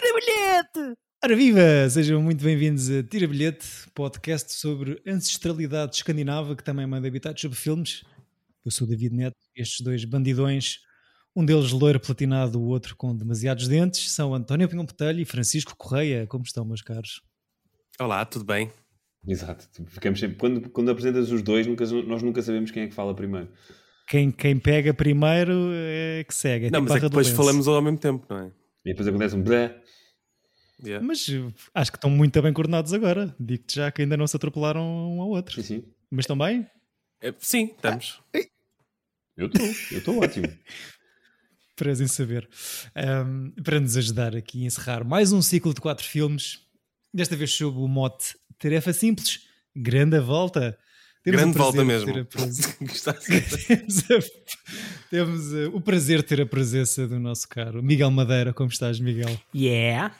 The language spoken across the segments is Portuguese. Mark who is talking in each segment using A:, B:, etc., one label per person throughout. A: bilhete!
B: Ora viva! Sejam muito bem-vindos a Tira Bilhete, podcast sobre ancestralidade escandinava, que também manda habitados sobre filmes. Eu sou o David Neto, estes dois bandidões, um deles loiro platinado, o outro com demasiados dentes, são António Pinhão Botelho e Francisco Correia. Como estão, meus caros?
C: Olá, tudo bem?
D: Exato. Tipo, Ficamos sempre... quando, quando apresentas os dois, nunca- nós nunca sabemos quem é que fala primeiro.
B: Quem, quem pega primeiro é que segue.
C: não,
B: tipo
C: mas é que
B: barra do
C: depois
B: lenço.
C: falamos ao mesmo tempo, não é?
D: E depois acontece um blé.
C: Yeah.
B: Mas eh, acho que estão muito bem coordenados agora. Digo-te já que ainda não se atropelaram um ao
D: Sim,
B: outro.
D: sim.
B: Mas estão bem?
C: É, sim, estamos.
B: Ah,
D: Eu estou, eu estou ótimo.
B: Prezem saber. Ahm, para nos ajudar aqui a encerrar mais um ciclo de quatro filmes, desta vez sob o mote Tarefa Simples, Grande Volta.
C: Grande
B: o
C: volta
B: prazer de
C: mesmo.
B: ter a presen-
C: Gostaste?
B: temos a- temos eh, o prazer de ter a presença do nosso caro Miguel Madeira. Como estás, Miguel?
A: Yeah!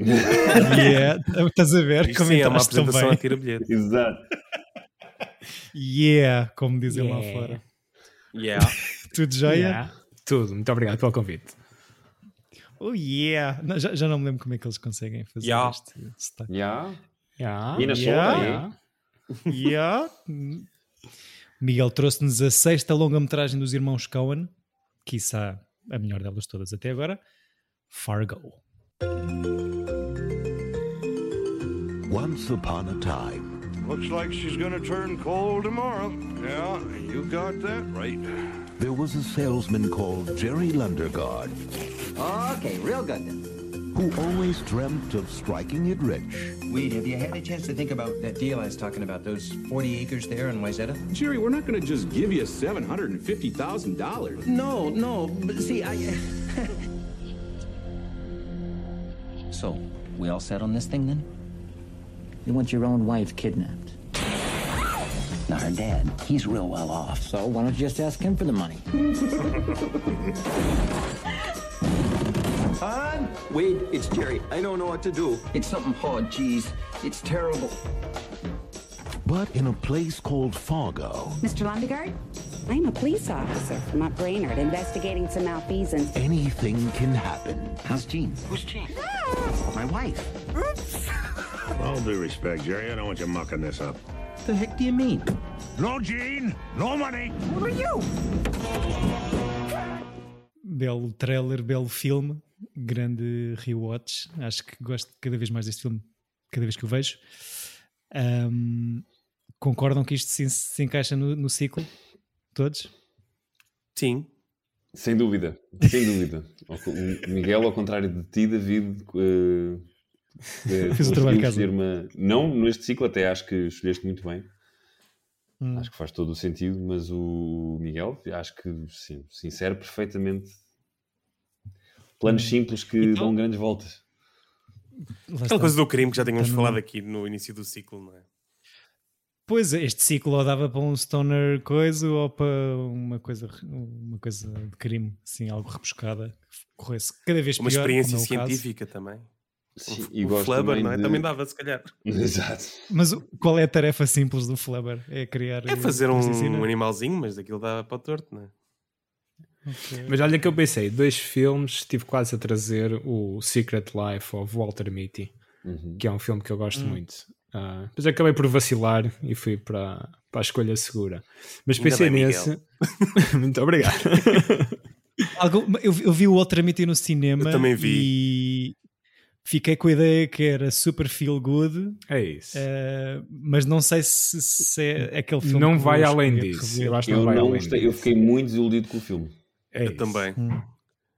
B: Yeah, estás a ver?
C: Isto
B: como
C: sim, é uma
B: entraste tão
C: apresentação
B: bem.
C: a tira bilhete.
D: Exato.
B: Yeah, como dizem lá
A: Yeah.
B: fora.
C: Yeah.
B: Tudo joia?
A: Tudo, muito obrigado pelo convite.
B: Oh yeah! Não, já, já não me lembro como é que eles conseguem fazer
C: Yeah.
B: este sotaque.
D: Já.
A: Yeah.
D: E na
B: Yeah.
D: solta,
A: Yeah.
B: Yeah. Miguel trouxe-nos a sexta longa-metragem dos irmãos Cohen, quiçá a melhor delas todas até agora, Fargo.
E: Once upon a time,
F: Looks like she's gonna turn cold tomorrow. Yeah, you got that right.
E: there was a salesman called Jerry Lundergaard
G: Oh, Okay, real good then.
E: who always dreamt of striking it rich.
G: Weed, have you had a chance to think about that deal I was talking about, those 40 acres there in Wayzata?
H: Jerry, we're not going to just give you $750,000.
G: No, no, but see, I. so, we all set on this thing then?
I: You want your own wife kidnapped.
G: Now, her dad, he's real well off.
I: So why don't you just ask him for the money?
G: Hon? Wade, it's Jerry. I don't know what to do. It's something hard, geez. It's terrible.
E: But in a place called Fargo,
J: Mr. Lundegaard, I'm a police officer from Up Brainerd investigating some malfeasance.
E: anything can happen.
G: How's Jean? Who's Jean? My wife.
F: All due respect, Jerry, I don't want you mucking this up.
G: The heck do you mean?
F: No Gene, no money.
B: Belo trailer, belo filme, grande rewatch. Acho que gosto cada vez mais deste filme, cada vez que o vejo. Ahm, concordam que isto se, se encaixa no, no ciclo? Todos?
C: Sim.
D: Sem dúvida. Sem dúvida. Ao co- o Miguel, ao contrário de ti, David. eh, eh,
B: Fiz o trabalho de
D: conseguiu
B: casa.
D: escolher uma... Não, neste ciclo até acho que escolheste muito bem.
B: Hum.
D: Acho que faz todo o sentido, mas o Miguel, acho que sim, se insere perfeitamente. Planos simples que
B: Então-
D: dão grandes voltas.
B: Lá está.
C: Aquela coisa do crime que já tínhamos
B: Então não-
C: falado aqui no início do ciclo, não é?
B: Pois, este ciclo ou dava para um stoner coisa ou para uma coisa, uma coisa de crime, assim, algo rebuscada, que corresse cada vez
C: Uma
B: pior, como é
C: experiência
B: o caso.
C: científica também.
D: Sim,
C: O Flubber, não é? Também dava, se calhar.
D: Exato.
B: Mas o- qual é a tarefa simples do Flubber? É criar...
C: É
B: eh,
C: fazer um,
B: plasticina?
C: animalzinho, mas daquilo dava para o torto, não é?
H: Mas olha que eu pensei, dois filmes, estive quase a trazer o Secret Life of Walter Mitty,
D: Uhum.
H: que é um filme que eu gosto muito. Ah, mas acabei por vacilar e fui para, para a escolha segura. Mas
C: Ainda
H: pensei
C: bem,
H: nesse. muito obrigado.
B: Algo- eu, vi- eu vi o Ultramite no cinema
C: Eu também vi.
B: e fiquei com a ideia que era super feel good,
H: É isso.
B: eh, mas não sei se, se é aquele filme
H: não
B: que
H: vai
B: vou
H: além
B: escolher
H: disso.
B: rever.
H: Eu acho que
D: Eu
H: não vai
D: não
H: além
D: gostei, eu
H: disso.
D: fiquei muito desiludido com o filme.
H: É
C: Eu
H: isso.
C: também.
B: Hum.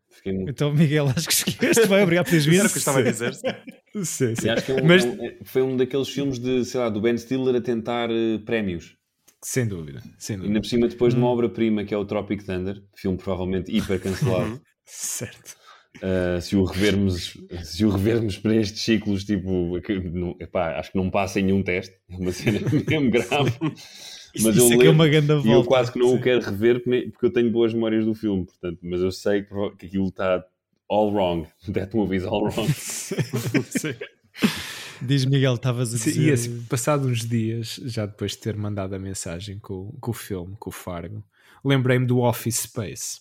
D: Fiquei um, muito.
B: Então, Miguel, acho que escolheste bem. Obrigado por teres vindo.
C: Era o que eu estava a dizer.
H: Sim, sim.
D: E Acho que é um-
H: Mas-
D: é um- é- foi um daqueles filmes de, sei lá, do Ben Stiller a tentar eh, prémios.
H: Sem dúvida. Sem
D: E ainda
H: dúvida.
D: por cima, depois
B: Hum.
D: de uma obra-prima que é o Tropic Thunder, filme provavelmente hiper
B: Uhum.
D: cancelado.
H: Certo.
D: eh, se, o revermos, se o revermos para estes ciclos, tipo, que não- epá, acho que não passa em nenhum teste. É uma cena mesmo grave.
B: Isso- isso é que é uma grande
D: E eu
B: volta.
D: quase que não
B: Sim.
D: o quero rever porque porque eu tenho boas memórias do filme, portanto, mas eu sei que prova- que aquilo está all wrong. That movie is all wrong.
H: Sim.
B: Diz Miguel, estavas a
H: Sim,
B: dizer.
H: e assim, passado uns dias, já depois de ter mandado a mensagem com, com o filme, com o Fargo, lembrei-me do Office Space.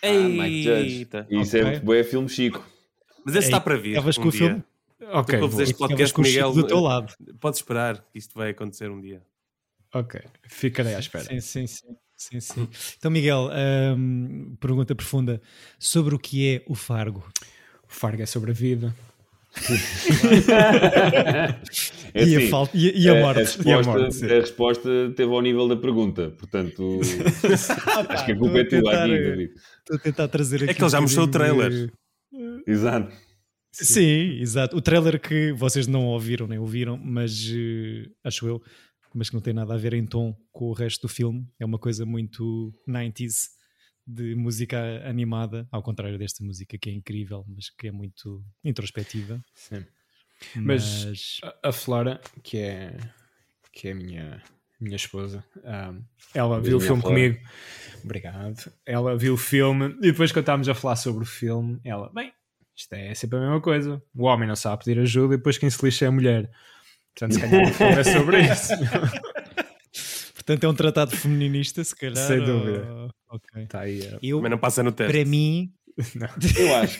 D: Ah, Mike Judge.
C: Eita.
D: Isso
B: Ok.
D: é, é filme chico.
C: Mas
B: É,
C: esse está para vir.
B: ficavas
C: um
B: com o
C: dia.
B: filme?
H: Ok,
C: Tu ouves
H: vou-
C: este
B: Ficavas
C: podcast,
B: com o Chico
C: Miguel.
H: eh,
B: do teu lado.
C: Podes esperar que isto vai acontecer um dia.
H: ok. Ficarei à espera.
B: Sim, sim, sim. sim, sim. Então, Miguel, hum, pergunta profunda sobre o que é o Fargo.
H: O Fargo é sobre a vida.
D: É
B: e,
D: assim,
B: a falta, e, a- e a
D: a-
B: morte. E a
D: A resposta, é-
B: morte, sim.
D: a resposta teve ao nível da pergunta, portanto, acho que a culpa é
B: estou a
D: tua aqui,
B: tentar-
D: David.
B: Estou a tentar trazer aqui.
C: que ele
B: um
C: já mostrou o
B: bocadinho
C: trailer.
B: de-
D: Exato.
B: Sim, exato. O trailer que vocês não ouviram nem ouviram, mas eh, acho eu, mas que não tem nada a ver em tom com o resto do filme. É uma coisa muito 90s de música animada, ao contrário desta música que é incrível, mas que é muito introspectiva.
H: Sim.
B: Mas,
H: Mas- A, a Flora, que é, que é a minha, minha esposa, ah, ela viu o
D: Beijinho à
H: filme
D: Flora.
H: comigo. Obrigado. Ela viu o filme e depois quando estávamos a falar sobre o filme, ela, bem, isto é sempre a mesma coisa. O homem não sabe pedir ajuda e depois quem se lixa é a mulher. Portanto, se calhar o filme é sobre isso.
B: portanto, é um tratado feminista, se calhar.
H: Sem dúvida.
B: ou- ok.
H: Está aí. ah,
B: Eu,
C: Mas não passa no teste.
B: para mim,
D: Eu acho,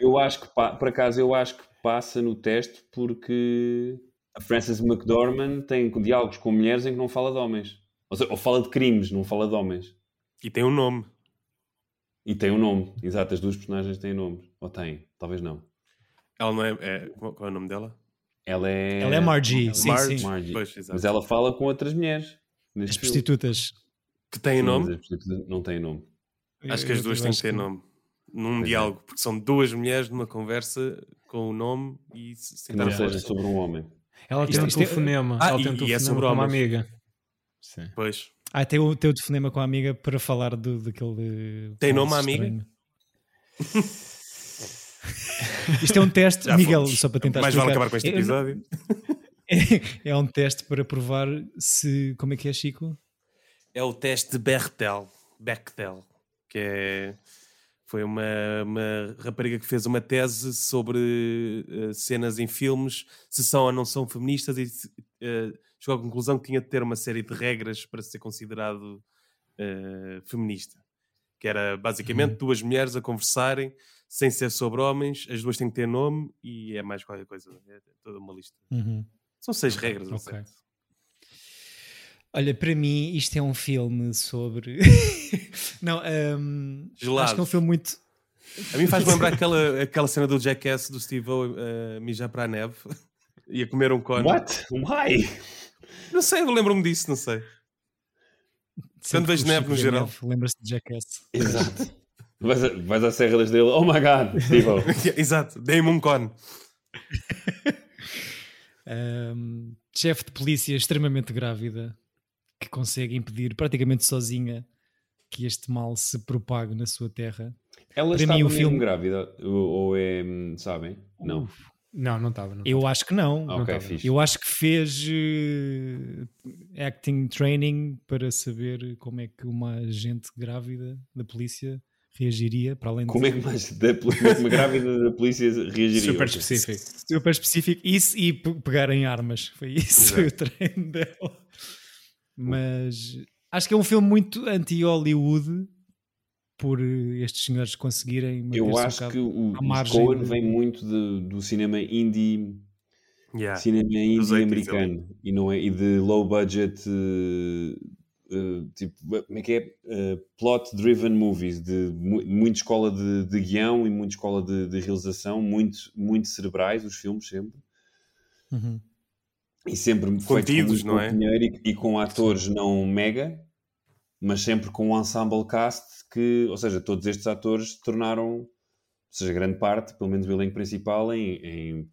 D: eu acho que, pa- por acaso, eu acho que passa no teste porque a Frances McDormand tem diálogos com mulheres em que não fala de homens. Ou, seja, ou fala de crimes, não fala de homens.
C: E tem um nome.
D: E tem um nome. Exato, as duas personagens têm nomes. Ou têm, talvez não.
C: Ela não é. é- qual qual é o nome dela?
D: Ela é.
B: ela é Margie. Sim,
C: Marge.
B: sim.
D: Margie.
C: Pois, exato.
D: Mas ela fala com outras mulheres.
B: As
D: neste filme.
B: prostitutas.
C: Que tem um
D: Mas
C: nome?
D: as prostitutas Não têm nome.
C: Acho que as
B: Eu-
C: duas
B: eu
C: têm
B: acho
C: que ter nome. Num
D: Pois é.
C: diálogo, porque são duas mulheres numa conversa com o nome e se-
D: Que
C: sem
B: Então
D: não
C: dar
D: seja
C: resposta.
D: sobre um homem.
H: Ela tem um
B: isto é-
H: telefonema.
C: Ah,
H: ela
C: e-
H: tem um
C: e é
H: telefonema
C: sobre
H: com uma
C: homens.
H: amiga. Sim.
C: Pois.
B: Ah, tem o teu telefonema com a amiga para falar do, daquele.
C: Tem
B: falso
C: nome a amiga?
B: estranho. Isto é um teste,
C: Já
B: Miguel,
C: fomos.
B: só para tentar
C: Mais vale
B: explicar.
C: acabar com este
B: É-
C: episódio.
B: É, um teste para provar se. Como é que é, Chico?
C: É o teste de Bechtel, Bechtel, que é, foi uma, uma rapariga que fez uma tese sobre eh, cenas em filmes, se são ou não são feministas, e se, eh, chegou à conclusão que tinha de ter uma série de regras para ser considerado eh, feminista. Que era basicamente
B: Uhum.
C: duas mulheres a conversarem sem ser sobre homens, as duas têm que ter nome e é mais qualquer coisa. É toda uma lista. São seis regras,
B: Ok.
C: okay.
B: Olha, para mim, isto é um filme sobre. Não, hum, acho que é um
C: Gelado.
B: filme muito.
C: A mim faz-me lembrar aquela, aquela cena do Jackass do Steve O eh, mijar para a neve e a comer um cone.
D: What? Why?
C: Não sei, eu lembro-me disso, não sei.
B: Sempre
C: vejo
B: que o
C: neve
B: Chico
C: no
B: vê
C: geral.
B: neve, Lembra-se de Jackass.
D: Exato. Vais, a- vais à Serra das Dele. Oh my God. Tipo, Steve-O.
C: Exato, dei-me um cone.
B: Ahm, chefe de polícia extremamente grávida que consegue impedir praticamente sozinha que este mal se propague na sua terra.
D: Ela
B: Para
D: está
B: mim, o
D: mesmo
B: filme-
D: grávida? Ou, ou é. hum, Sabem? Não.
H: Não, não estava. Não
B: Eu acho que não.
D: Ah, ok,
H: tava.
D: fixe.
B: Eu acho que fez eh, acting training para saber como é que uma agente grávida da polícia reagiria para além de
D: Como é que mais da, como é que uma grávida da polícia reagiria?
H: Super específico.
B: super específico isso e pe- pegar em armas foi isso o treino dela mas acho que é um filme muito anti-Hollywood por eh, estes senhores conseguirem manter-se
D: Eu
B: um
D: acho
B: bocado-
D: que o,
B: à
D: o
B: margem
D: Cohen
B: de-
D: vem muito de- do cinema indie,
C: Yeah.
D: cinema
C: dos
D: indie
C: 80s
D: americano e, não é, e de low budget, eh, eh, tipo, como é que é? Eh, Plot-driven movies, de mu- muito escola de, de guião e muito escola de, de realização, muito, muito cerebrais os filmes sempre.
B: Uhém.
D: e sempre feito
C: Contidos,
D: com muito
C: não é?
D: pouco dinheiro e, e com atores não mega, mas sempre com um ensemble cast que, ou seja, todos estes atores se tornaram, ou seja, grande parte, pelo menos o elenco principal, em, em,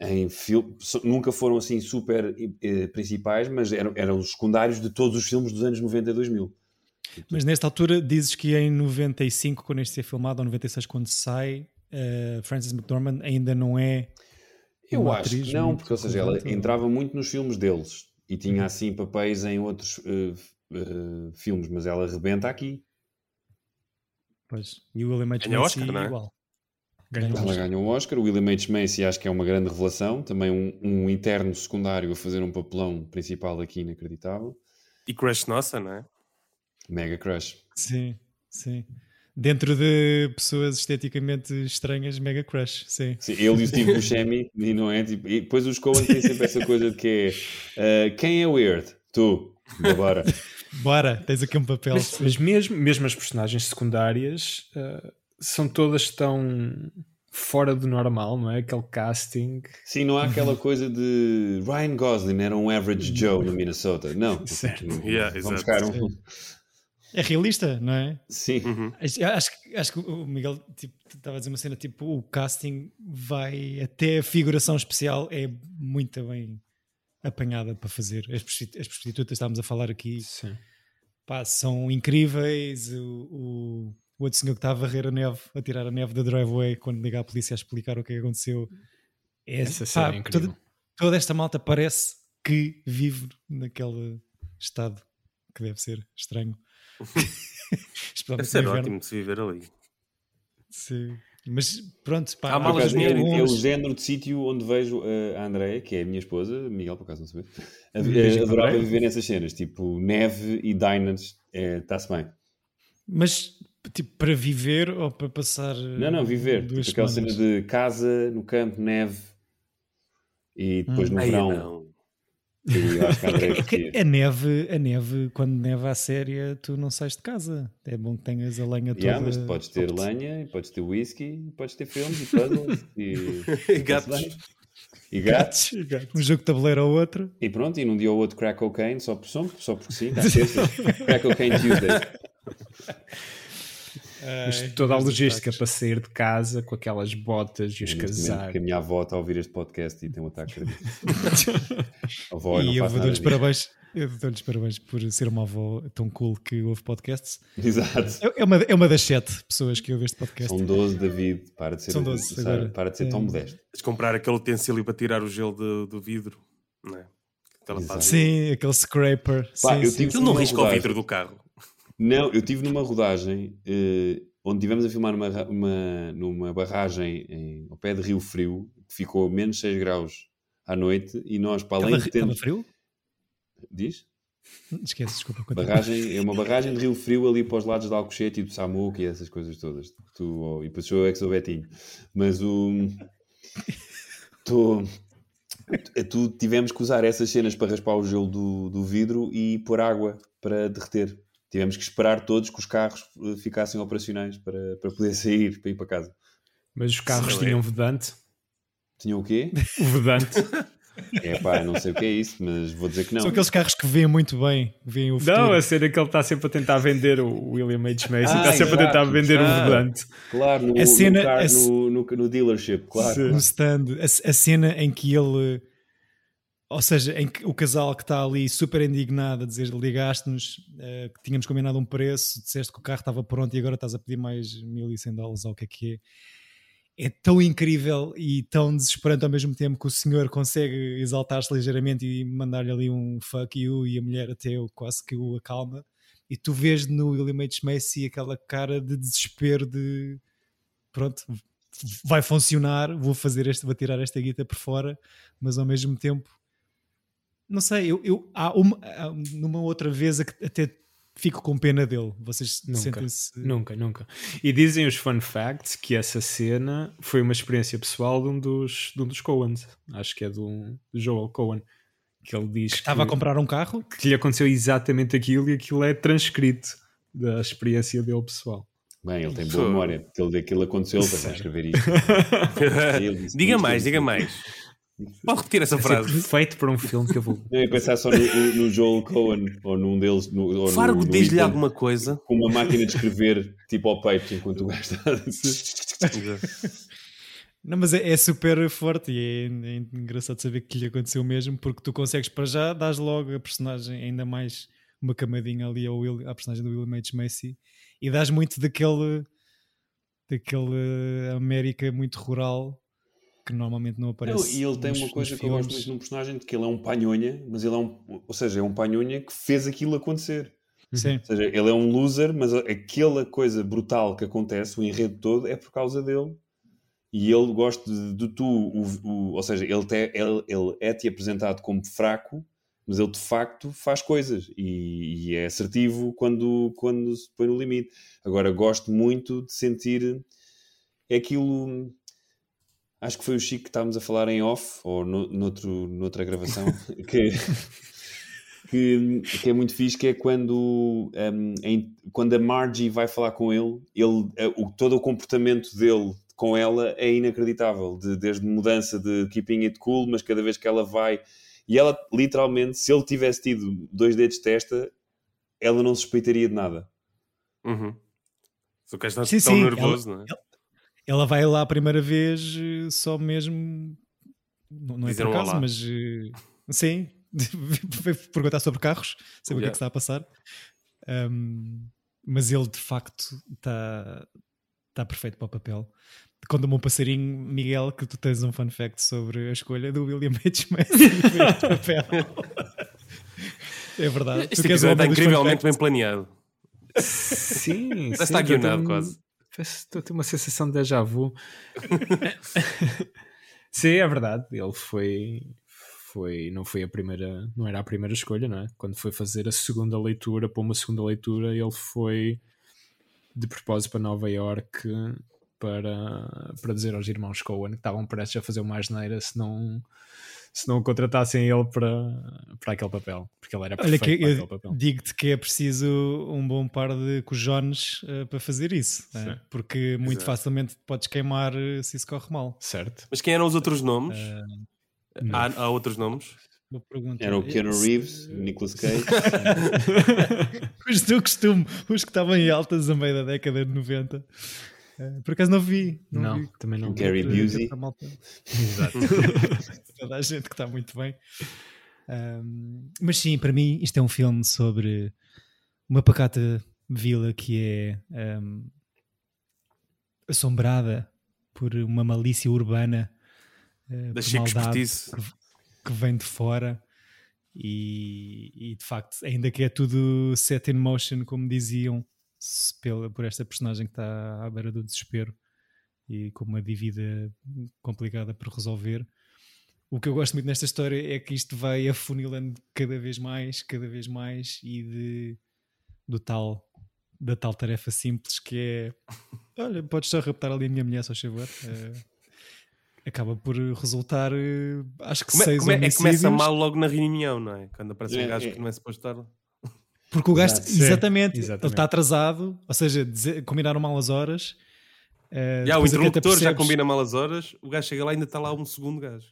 D: em fil- so- nunca foram assim super eh, principais, mas eram, eram os secundários de todos os filmes dos anos 90 e 2000.
B: mas nesta altura dizes que em 95 quando este é filmado ou 96 quando sai eh, Frances McDormand ainda não é
D: Eu
B: uma
D: acho
B: atriz
D: que não,
B: muito é?
D: porque ou seja, ela
B: relevante, ou-
D: entrava muito nos filmes deles e
B: Uhum.
D: tinha assim papéis em outros eh, f- eh, filmes, mas ela rebenta aqui.
B: pois, e o William H.
C: Ganha
B: Macy
C: Oscar, não é?
B: igual
H: Ganhou
D: Ela ganhou o Oscar. O William H. Macy acho que é uma grande revelação. Também um, um interno secundário a fazer um papelão principal aqui inacreditável.
C: E Crush Nossa, não é?
D: Mega Crush.
B: sim, sim Dentro de pessoas esteticamente estranhas, mega crush, sim.
D: Sim, ele e o Steve Buscemi, e não é? Tipo, e depois os Coen têm sempre essa coisa de que é uh, quem é weird? Tu, bora.
B: Bora, tens aqui um papel.
H: Mas, mas mesmo, mesmo as personagens secundárias uh, são todas tão fora do normal, não é? Aquele casting.
D: Sim, não há aquela coisa de Ryan Gosling era um average Joe no Minnesota. Não, Tipo,
C: Certo.
D: Vamos
C: Yeah,
D: buscar um.
B: É realista, não é?
D: Sim.
C: Uhum.
B: Acho, acho que- acho que o Miguel tipo, estava a dizer uma cena tipo: o casting vai até a figuração especial é muito bem apanhada para fazer. As, prosti- as prostitutas, estávamos a falar aqui,
H: Sim.
B: pá, são incríveis. O, o, o outro senhor que está a varrer a neve, a tirar a neve da driveway, quando liga à polícia a explicar o que é que aconteceu. É,
H: Essa cena é incrível.
B: Toda, toda esta malta parece que vive naquele estado que deve ser estranho.
C: Deve
B: Especialmente no
C: ser
B: inverno.
C: ótimo de se viver ali.
B: Sim. Mas pronto, pá,
C: Há
D: Por
C: malas
D: acaso,
C: de
D: é,
C: dinheiro
B: bons.
D: o- é o género de sítio onde vejo uh, a Andreia, que é a minha esposa, Miguel, por acaso não sabia, a-
H: Beijinho,
D: a- adorava
H: Andreia.
D: viver nessas cenas, tipo neve e diners, é, está-se bem.
B: Mas tipo, para viver ou para passar.
C: Eh,
D: Não, não, viver, tipo,
B: Duas
D: aquela cena
B: semanas?
D: de casa, no campo, neve e depois no
C: Hum. Aí
D: Um verão.
C: não.
D: que eu acho que a Andreia
B: Porque
D: curtia.
B: a neve, a neve, quando neva a séria, tu não sais de casa. É bom que tenhas a lenha toda.
D: Yeah, mas tu podes ter
B: forte.
D: lenha, e podes ter whisky, e podes ter filmes e puzzles e,
C: E gatos.
D: e gatos.
B: Um jogo de tabuleiro ou outro.
D: E pronto, e num dia ou outro crack cocaine, só por som, só porque sim, dá terças. crack cocaine Tuesday.
H: Mas toda a logística para sair de casa com aquelas botas e os
D: Neste momento Que a
H: casacos.
D: minha avó está a ouvir este podcast e tem um ataque cardíaco. A avó, eu não
B: E eu
D: faço
B: vou
D: nada
B: dar-lhes
D: disso.
B: parabéns. Eu dou-lhes parabéns por ser uma avó tão cool que ouve podcasts.
D: Exato.
B: É é uma, é uma das sete pessoas que ouve este podcast.
D: São 12, David. Para de ser,
B: São 12
D: Sara,
B: agora.
D: Para de ser tão
B: É.
D: modesto.
C: Tens de comprar aquele utensílio para tirar o gelo do, do vidro. Não é? Aquela
D: Exato.
C: fase.
B: Sim, aquele scraper.
D: Pá,
B: sim,
D: eu
B: sim.
D: tive
C: Ele não
D: uma
C: risca o
D: rodagem.
C: vidro do carro.
D: Não, eu estive numa rodagem eh, onde tivemos a filmar uma, ra- uma- numa barragem em- ao pé de Rio Frio, que ficou a menos 6 graus à noite, e nós, para além
B: Estava,
D: de
B: estava
D: termos.
B: frio?
D: Diz?
B: Esquece, desculpa. continua.
D: Barragem, é uma barragem de Rio Frio ali para os lados de Alcochete e do Samuco e essas coisas todas. Tu, oh, e depois sou eu que sou Betinho. Mas o. Tô, é, tu tivemos que usar essas cenas para raspar o gelo do, do vidro e pôr água para derreter. Tivemos que esperar todos que os carros eh, ficassem operacionais para, para poder sair, para ir para casa.
H: Mas os carros
C: Sim,
H: tinham vedante.
D: Tinham o quê?
H: O vedante.
D: É pá, não sei o que é isso, mas vou dizer que não.
B: São aqueles carros que veem muito bem, veem o futuro.
H: Não, a cena é que ele está sempre a tentar vender o William H. Mason,
D: Ah,
H: está sempre a tentar
D: exato,
H: vender o
D: exato.
H: vedante.
D: Claro, no,
B: A cena- é
D: no, car-
B: a-
D: no, no- no dealership, claro.
B: no stand, a, a cena em que ele, ou seja, em que o casal que está ali super indignado a dizer ligaste-nos, eh, que tínhamos combinado um preço, disseste que o carro estava pronto e agora estás a pedir mais 1100 dólares ou o que é que é. É tão incrível e tão desesperante ao mesmo tempo que o senhor consegue exaltar-se ligeiramente e mandar-lhe ali um fuck you e a mulher até o- quase que o acalma. E tu vês no William H. Macy aquela cara de desespero de pronto, vai funcionar, vou fazer este, vou tirar esta guita por fora, mas ao mesmo tempo, não sei, eu, eu há uma, há numa outra vez a que até fico com pena dele. Vocês
H: Nunca.
B: sentem-se.
H: Nunca, nunca. E dizem os fun facts que essa cena foi uma experiência pessoal de um dos, de um dos Coens. Acho que é do Joel Cohen. Que ele diz
B: Estava a
H: que,
B: comprar um carro?
H: que lhe aconteceu exatamente aquilo e aquilo é transcrito da experiência dele pessoal.
D: Bem, ele tem boa memória, porque ele, aquilo aconteceu, ele vai escrever isto. Ele disse
C: diga
D: isto,
C: mais, diga
D: ele disse
C: mais. Pode repetir essa frase.
H: Feito para um filme que eu vou.
D: Não, eu ia pensar só no, no- no Joel Cohen ou num deles. No, ou no-
C: Fargo
D: no
C: diz-lhe
D: Ethan,
C: alguma coisa.
D: Com uma máquina de escrever tipo ao peito enquanto o gajo está. a dizer.
B: Não, mas é, é super forte e é, é engraçado saber que lhe aconteceu mesmo, porque tu consegues para já, dás logo a personagem ainda mais uma camadinha ali ao Will, à personagem do William H. Macy e dás muito daquele daquele América muito rural que normalmente não aparece.
D: Não, e ele tem
B: nos-
D: uma
B: nos
D: coisa que eu gosto
B: filmes.
D: muito num personagem, de que ele é um panhonha, mas ele é um. Ou seja, é um panhonha que fez aquilo acontecer.
B: Sim.
D: Ou seja, ele é um loser, mas a- aquela coisa brutal que acontece, o enredo todo, é por causa dele. E ele gosta de, de tu, o, o- ou seja, ele, te- ele- ele é-te apresentado é como fraco, mas ele de facto faz coisas e, e, é assertivo quando, quando se põe no limite. Agora, gosto muito de sentir é aquilo. Acho que foi o Chico que estávamos a falar em off ou no, noutro, noutra gravação que, que, que, é muito fixe, que é quando, um, em, quando a Margie vai falar com ele, ele é, o, todo o comportamento dele com ela é inacreditável, de, desde mudança de keeping it cool, mas cada vez que ela vai e ela, literalmente, se ele tivesse tido dois dedos de testa, ela não suspeitaria de nada.
C: Uhum. Tu queres estar tão nervoso,
B: ela,
C: não é?
B: Ela vai lá a primeira vez eh, só mesmo. Não, não é
C: um
B: por acaso, mas. eh, Sim, veio perguntar sobre carros, saber yeah. o que é que está a passar. Um, mas ele, de facto, está tá perfeito para o papel conta-me um passarinho, Miguel, que tu tens um fun fact sobre a escolha do William H. Macy É verdade.
C: Este episódio está incrivelmente bem planeado.
H: Sim, sim
C: está guionado quase.
H: Estou a ter uma sensação de déjà vu. sim, é verdade. Ele foi, foi, não foi a primeira, não era a primeira escolha, não é? Quando foi fazer a segunda leitura, para uma segunda leitura, ele foi de propósito para Nova York para, para dizer aos irmãos Cohen que estavam prestes a fazer uma asneira se não, se não contratassem ele para, para aquele papel, porque ele era perfeito Olha que para aquele papel.
B: Digo-te que é preciso um bom par de cojones uh, para fazer isso, né? porque muito Exato. facilmente podes queimar uh, se isso corre mal.
H: Certo.
C: Mas quem eram os outros nomes?
B: Ah,
C: Uh, há, há, outros nomes?
D: Era
B: Eh,
D: o Keanu Reeves, o Nicolas Cage.
B: os do costume, os que estavam em altas a meio da década de 90. Por acaso não vi. Não,
H: não
B: vi.
H: também não
D: vi. Gary Busey.
H: Exato.
B: Toda a gente que está muito bem. Um, mas sim, para mim isto é um filme sobre uma pacata vila que é um, assombrada por uma malícia urbana eh,
C: uh, da Chico
B: é maldade que, que, vem de fora e, e de facto ainda que é tudo set in motion como diziam pela, por esta personagem que está à beira do desespero e com uma dívida complicada por resolver. O que eu gosto muito nesta história é que isto vai afunilando cada vez mais, cada vez mais, e de, do tal, da tal tarefa simples que é: olha, podes só raptar ali a minha mulher, só favor. Uh, acaba por resultar, uh, acho que
C: como
B: seis
C: como é, é, começa mal logo na reunião, não é? Quando aparece um gajo que não é suposto estar lá.
B: Porque o gajo, Exato, exatamente, exatamente, ele está atrasado, ou seja, dizer, combinaram mal as horas. eh, É,
C: Uh, já, o interruptor percebes... já combina mal as horas, o gajo chega lá e ainda está lá um segundo gajo.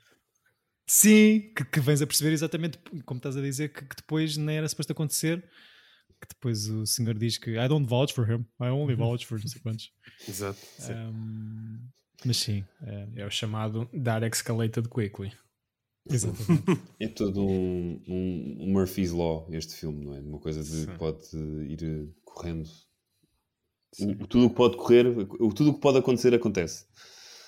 B: Sim, que, que vens a perceber exatamente, como estás a dizer, que, que, depois nem era suposto acontecer. Que depois o senhor diz que I don't vouch for him, I only
C: Uhum.
B: vouch for não sei quantos.
C: Exato. Sim.
B: Um, mas sim.
H: Um, é o chamado dar escalated quickly.
B: Exatamente.
D: é todo um, um, um, Murphy's Law este filme, não é? Uma coisa de que pode ir correndo. O, tudo o que pode correr, o, tudo o que pode acontecer acontece.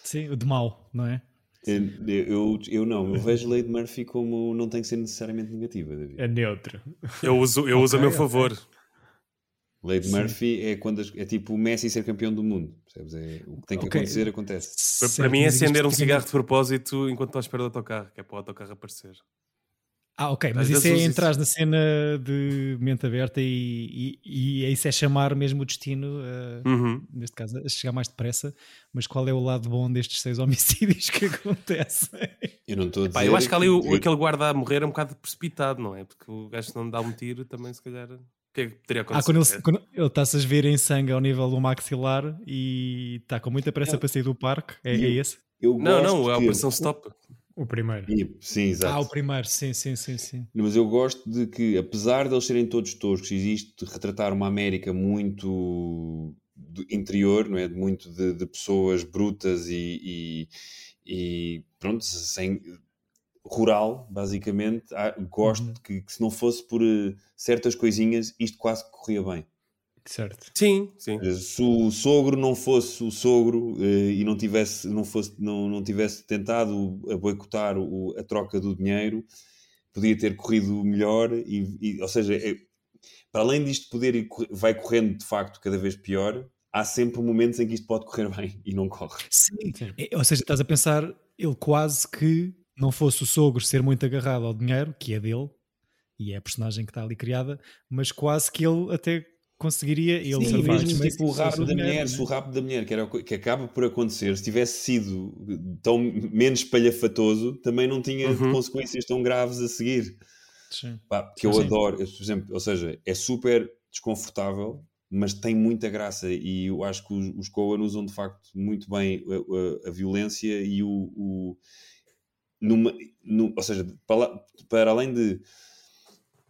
B: Sim, o de mal, não é?
D: é eu, eu não, eu vejo Lady Murphy como não tem que ser necessariamente negativa, David.
H: É neutra.
C: Eu uso, eu okay, uso a meu favor. Okay.
D: Lady Sim. Murphy é quando é tipo o Messi ser campeão do mundo. Percebes? É, o que tem que okay. acontecer acontece.
C: Certo, para, mim é acender um cigarro de propósito enquanto estou à espera do autocarro, que é para o autocarro aparecer.
B: Ah, ok, mas, mas isso é entrar na cena de mente aberta e, e, e isso é chamar mesmo o destino, uh, uhum. neste caso, a chegar mais depressa. Mas qual é o lado bom destes seis homicídios que acontecem?
D: Eu não estou a dizer.
C: Epá, eu acho é que ali o, aquele guarda a morrer é um bocado precipitado, não é? Porque o gajo não dá um tiro também, se calhar que é que teria acontecido?
B: Ah, quando ele, quando ele está-se a ver em sangue ao nível do maxilar e está com muita pressa eu, para sair do parque, é, eu, é esse?
C: Eu não, não, é a operação que... stop.
H: O primeiro.
D: Sim, exato.
B: Ah, o primeiro, sim, sim, sim, sim.
D: Mas eu gosto de que, apesar de eles serem todos toscos, existe retratar uma América muito interior, não é? Muito de, de pessoas brutas e, e, e pronto, sem, rural, basicamente. gosto uhum. que, que, se não fosse por uh, certas coisinhas, isto quase que corria bem.
H: Certo.
C: Sim, sim.
D: Eh, Se o sogro não fosse o sogro uh, e não tivesse, não, fosse, não, não tivesse tentado a boicotar o, a troca do dinheiro, podia ter corrido melhor. E, e ou seja, é, para além disto poder vai correndo de facto cada vez pior, há sempre momentos em que isto pode correr bem e não corre.
B: Sim, sim. ou seja, estás a pensar, ele quase que não fosse o sogro ser muito agarrado ao dinheiro, que é dele, e é a personagem que está ali criada, mas quase que ele até conseguiria ele
D: Sim, mesmo tipo o rabo da mulher, mulher né? se o rabo da mulher que, era, co- que acaba por acontecer, se tivesse sido tão menos palhafatoso, também não tinha
C: Uhum.
D: consequências tão graves a seguir.
B: Sim.
D: Pá, que eu
B: Sim.
D: adoro, eu, por exemplo, ou seja, é super desconfortável, mas tem muita graça e eu acho que os, os Coen usam de facto muito bem eh, a, a- a violência e o, o- numa, nu- ou seja, para, lá- para além de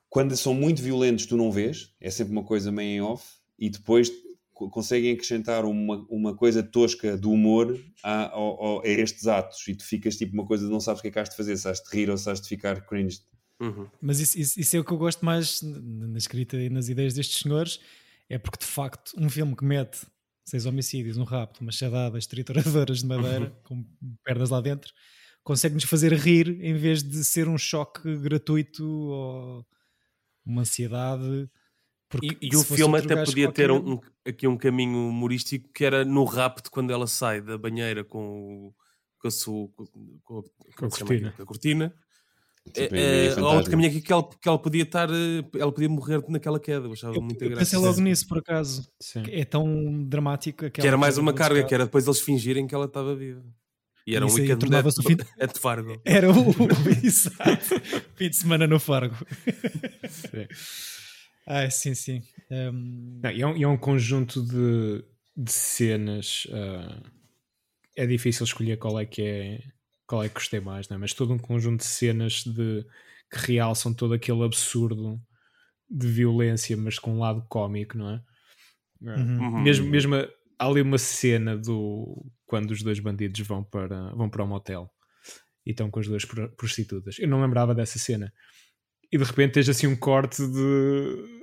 D: quando são muito violentos tu não vês, é sempre uma coisa meio em off e depois co- conseguem acrescentar uma, uma coisa tosca do humor a, ao- ao- a estes atos e tu ficas tipo uma coisa de não sabes o que é que has de fazer, se has de rir ou se has de ficar cringe
C: Uhum.
B: Mas isso, isso- isso é o que eu gosto mais n- na escrita e nas ideias destes senhores, é porque de facto um filme que mete seis homicídios, um rapto, machadadas, trituradoras de
C: Uhum.
B: madeira, com pernas lá dentro, consegue-nos fazer rir em vez de ser um choque gratuito ou uma ansiedade. Porque
C: E, e
B: se
C: o
B: fosse
C: filme
B: outro
C: até
B: gajo
C: podia ter
B: qualquer-
C: um- um- aqui um caminho humorístico que era no rapto quando ela sai da banheira com o. Com a, sua, com, com a, como é se chama
H: cortina.
C: aquilo? Com a cortina.
D: Tipo,
C: É, é,
D: em
C: há
D: Fantasma.
C: outro caminho aqui que ela, que ela podia estar. eh, Ela podia morrer naquela queda. Eu achava
B: Eu,
C: muito
B: eu
C: graça.
B: pensei logo nisso, por acaso.
H: Sim.
B: É tão dramático aquela
C: Que era mais
B: coisa
C: uma
B: do
C: carga,
B: Scott.
C: que era depois eles fingirem que ela estava viva. E era
B: Isso
C: um
B: aí
C: weekend
B: tornava-se o fim de-
C: de Fargo.
B: Era o, o- exato, fim de semana no Fargo. Ah, sim, sim. Um,
H: Não, e é, um, e é um conjunto de, de cenas. ah, é difícil escolher qual é que é qual é que gostei mais, não é? mas todo um conjunto de cenas de, que realçam todo aquele absurdo de violência, mas com um lado cómico, não é?
C: Uhum.
H: Mesmo, mesmo a- há ali uma cena do quando os dois bandidos vão para vão para um motel e estão com as duas pro- prostitutas. Eu não lembrava dessa cena. E de repente tens assim um corte de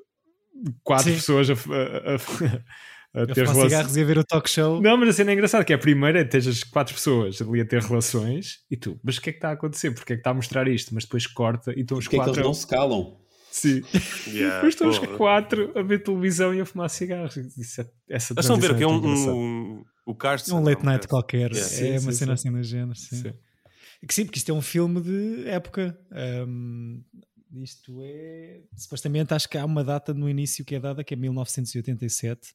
H: de quatro
B: Sim.
H: pessoas a, a, a- a
B: a
H: ter
B: fumar cigarros
H: relações.
B: e a ver o talk show.
H: Não, mas a cena é engraçada, que é a primeira, tens as quatro pessoas ali a ter relações e tu, mas o que é que está a acontecer? Porque é que está a mostrar isto? Mas depois corta e estão os
D: Porque é que
H: quatro.
D: eles não se calam?
H: Sim.
C: Yeah,
H: Depois estão os
C: porra.
H: quatro a ver televisão e a fumar cigarros. Isso é- essa
C: Eles estão a ver
H: transição
C: o que é
H: é
C: um,
H: tão engraçada.
C: um- o Carson.
B: Um late
C: não,
B: night qualquer.
C: Yeah.
H: Sim,
B: é
H: sim,
B: uma cena
H: sim.
B: assim do género. Sim.
H: Sim.
B: Que sim, porque isto é um filme de época. Um, isto é. Supostamente acho que há uma data no início que é dada, que é 1987.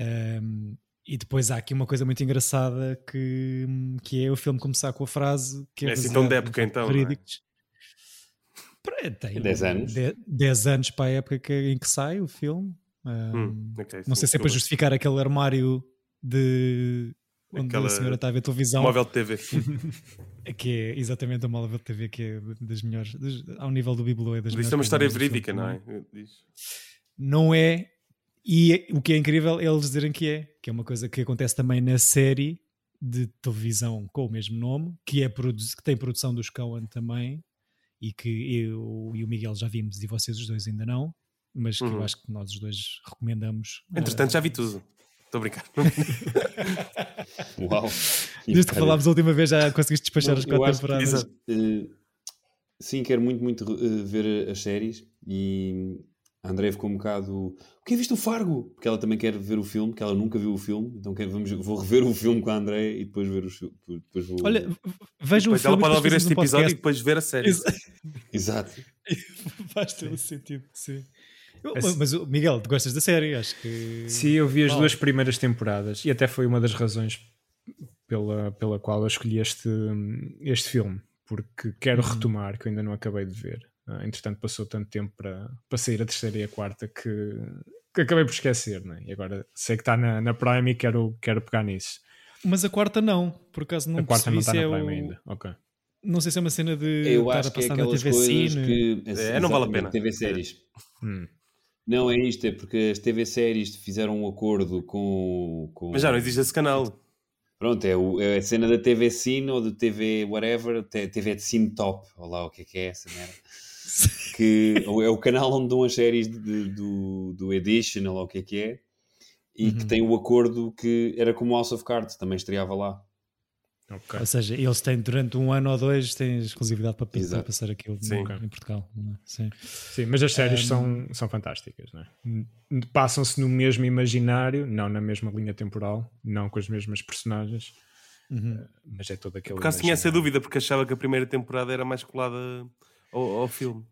B: Um, e depois há aqui uma coisa muito engraçada que, que é o filme começar com a frase que é,
C: É assim tão
B: baseada
C: de
B: em
C: época,
B: factos
C: então, não é?
B: verídicos. Pera, é, Tem
D: Dez anos.
B: de- dez anos para a época que- em que sai o filme. Um,
C: Hum, ok,
B: não
C: sim,
B: sei se é para
C: desculpa.
B: justificar aquele armário de onde
C: Aquela-
B: a senhora está a ver televisão,
C: Móvel de TV.
B: é que é exatamente a móvel de TV, que é das melhores, das- ao nível do Bibelô, é das melhores.
C: Isto é uma
B: coisas
C: história
B: do
C: verídica,
B: filme.
C: não é? Diz.
B: Não é. E é- o que é incrível é eles dizerem que é, que é uma coisa que acontece também na série de televisão com o mesmo nome, que, é produ- que tem produção dos Coen também, e que eu e o Miguel já vimos e vocês os dois ainda não, mas que eu
C: Uhum.
B: acho que nós os dois recomendamos.
C: Entretanto,
B: ah,
C: já vi tudo. Estou a brincar.
D: Uau!
B: Desde que falámos a última vez já conseguiste despachar as
D: Eu
B: quatro
D: acho que-
B: temporadas.
C: Exato.
D: Eh, sim, quero muito, muito eh, ver as séries e a André ficou um bocado. O que é visto o Fargo? Porque ela também quer ver o filme, que ela nunca viu o filme, então quero, vamos, vou rever o filme com a André e depois ver os fil- depois vou...
B: Olha, v- vejam o
C: Depois
B: filme.
C: ela pode
B: e
C: ouvir
B: depois
C: este
B: fazemos
C: episódio e
B: um podcast.
C: depois ver a série.
B: Exato.
D: Exato.
B: Faz todo sentido, sim. Eu-
H: Esse-
B: Mas o Miguel, tu gostas da série, acho que.
H: Sim, eu vi as duas primeiras temporadas e até foi uma das razões pela, pela qual eu escolhi este, este filme, porque
B: Uhum.
H: quero retomar, que eu ainda não acabei de ver. Ah, entretanto, passou tanto tempo para, para sair a terceira e a quarta que, que acabei por esquecer, né? e agora sei que está na, na Prime e quero, quero pegar nisso.
B: Mas a quarta não, por acaso não
H: a quarta
B: percebi
H: não está
B: se
H: na
B: é
H: Prime
B: o-
H: ainda. Ok.
B: Não sei se é uma cena de
D: Eu
B: estar
D: acho
B: a
D: que é
B: passar na
D: aquelas
B: TV
D: coisas
B: Cine.
D: que.
C: É, não vale a
D: Exatamente,
C: pena.
D: TV séries.
H: Hum.
D: Não é isto, é porque as TV séries fizeram um acordo com. com-
C: Mas já não existe esse canal.
D: Pronto, é, o- é a cena da TV Cine ou do TV whatever, te- TV de Cine Top, ou lá o que é que é essa merda. que é o canal onde dão as séries de- de- do, do Edition, ou lá o que é que é, e
B: Uhum.
D: que tem o acordo que era como House of Cards, também estreava lá.
H: Ok.
B: Ou seja, eles têm durante um ano ou dois têm exclusividade para, para
D: Exato.
B: passar aquilo no-
C: Sim.
B: em Portugal. não é? Sim.
H: Sim, mas as séries são, são fantásticas, não é? N- Passam-se no mesmo imaginário, não na mesma linha temporal, não com as mesmas personagens, eh,
B: Uhum.
H: mas é todo aquele.
C: Por acaso tinha essa
H: imaginário.
C: dúvida, porque achava que a primeira temporada era mais colada ao, ao filme.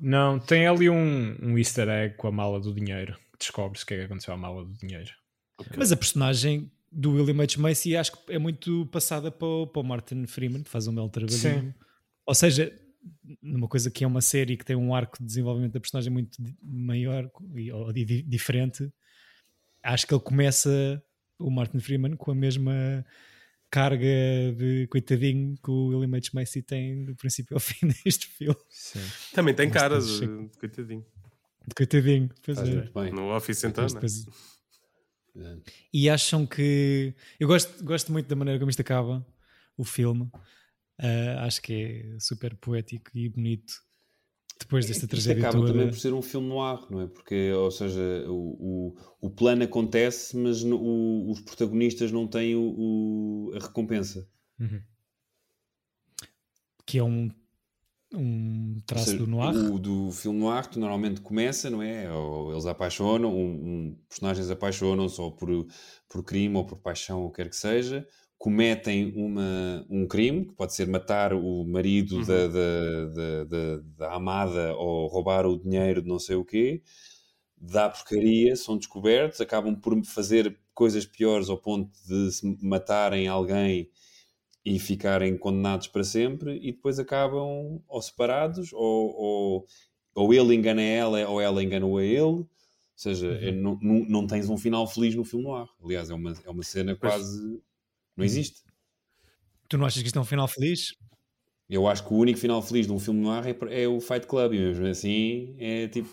H: Não, tem ali um, um easter egg com a mala do dinheiro. Descobres o que é que aconteceu à mala do dinheiro.
B: Okay. Mas a personagem do William H. Macy acho que é muito passada para o, para o Martin Freeman, que faz um belo trabalho. Sim. Ou seja, numa coisa que é uma série que tem um arco de desenvolvimento da personagem muito maior e, ou di- diferente, acho que ele começa, o Martin Freeman, com a mesma carga de coitadinho que o William H. Macy tem do princípio ao fim deste filme.
H: Sim.
C: Também tem
B: Mas
C: cara
B: tem
C: de coitadinho.
B: De coitadinho, pois
D: Faz
B: é.
D: muito bem.
C: No Office então,
B: Mas
C: né?
B: depois- E acham que. Eu gosto, gosto muito da maneira como isto acaba, o filme. Ah, acho que é super poético e bonito. Depois desta
D: É Isto
B: tragédia
D: acaba
B: toda.
D: também por ser um filme no ar, não é? Porque, ou seja, o, o, o plano acontece, mas no- o- os protagonistas não têm o- o- a recompensa.
B: Que é um, um
D: Ou
B: traço
D: seja,
B: do noir.
D: O do filme noir, tu normalmente começa, não é? Ou eles apaixonam, um, um- personagens apaixonam-se ou por, por crime ou por paixão, ou o que quer que seja, cometem uma, um crime, que pode ser matar o marido da, da, da, da- da amada ou roubar o dinheiro de não sei o quê, dá porcaria, são descobertos, acabam por fazer coisas piores ao ponto de se matarem alguém e ficarem condenados para sempre e depois acabam ou separados ou, ou, ou ele engana ela ou ela engana-o a ele ou seja, é- não, não, não tens um final feliz no filme noir, aliás é uma, é uma cena
C: Pois.
D: quase, não existe
B: Tu não achas que isto é um final feliz?
D: eu acho que o único final feliz de um filme noir é, é o Fight Club e mesmo assim é tipo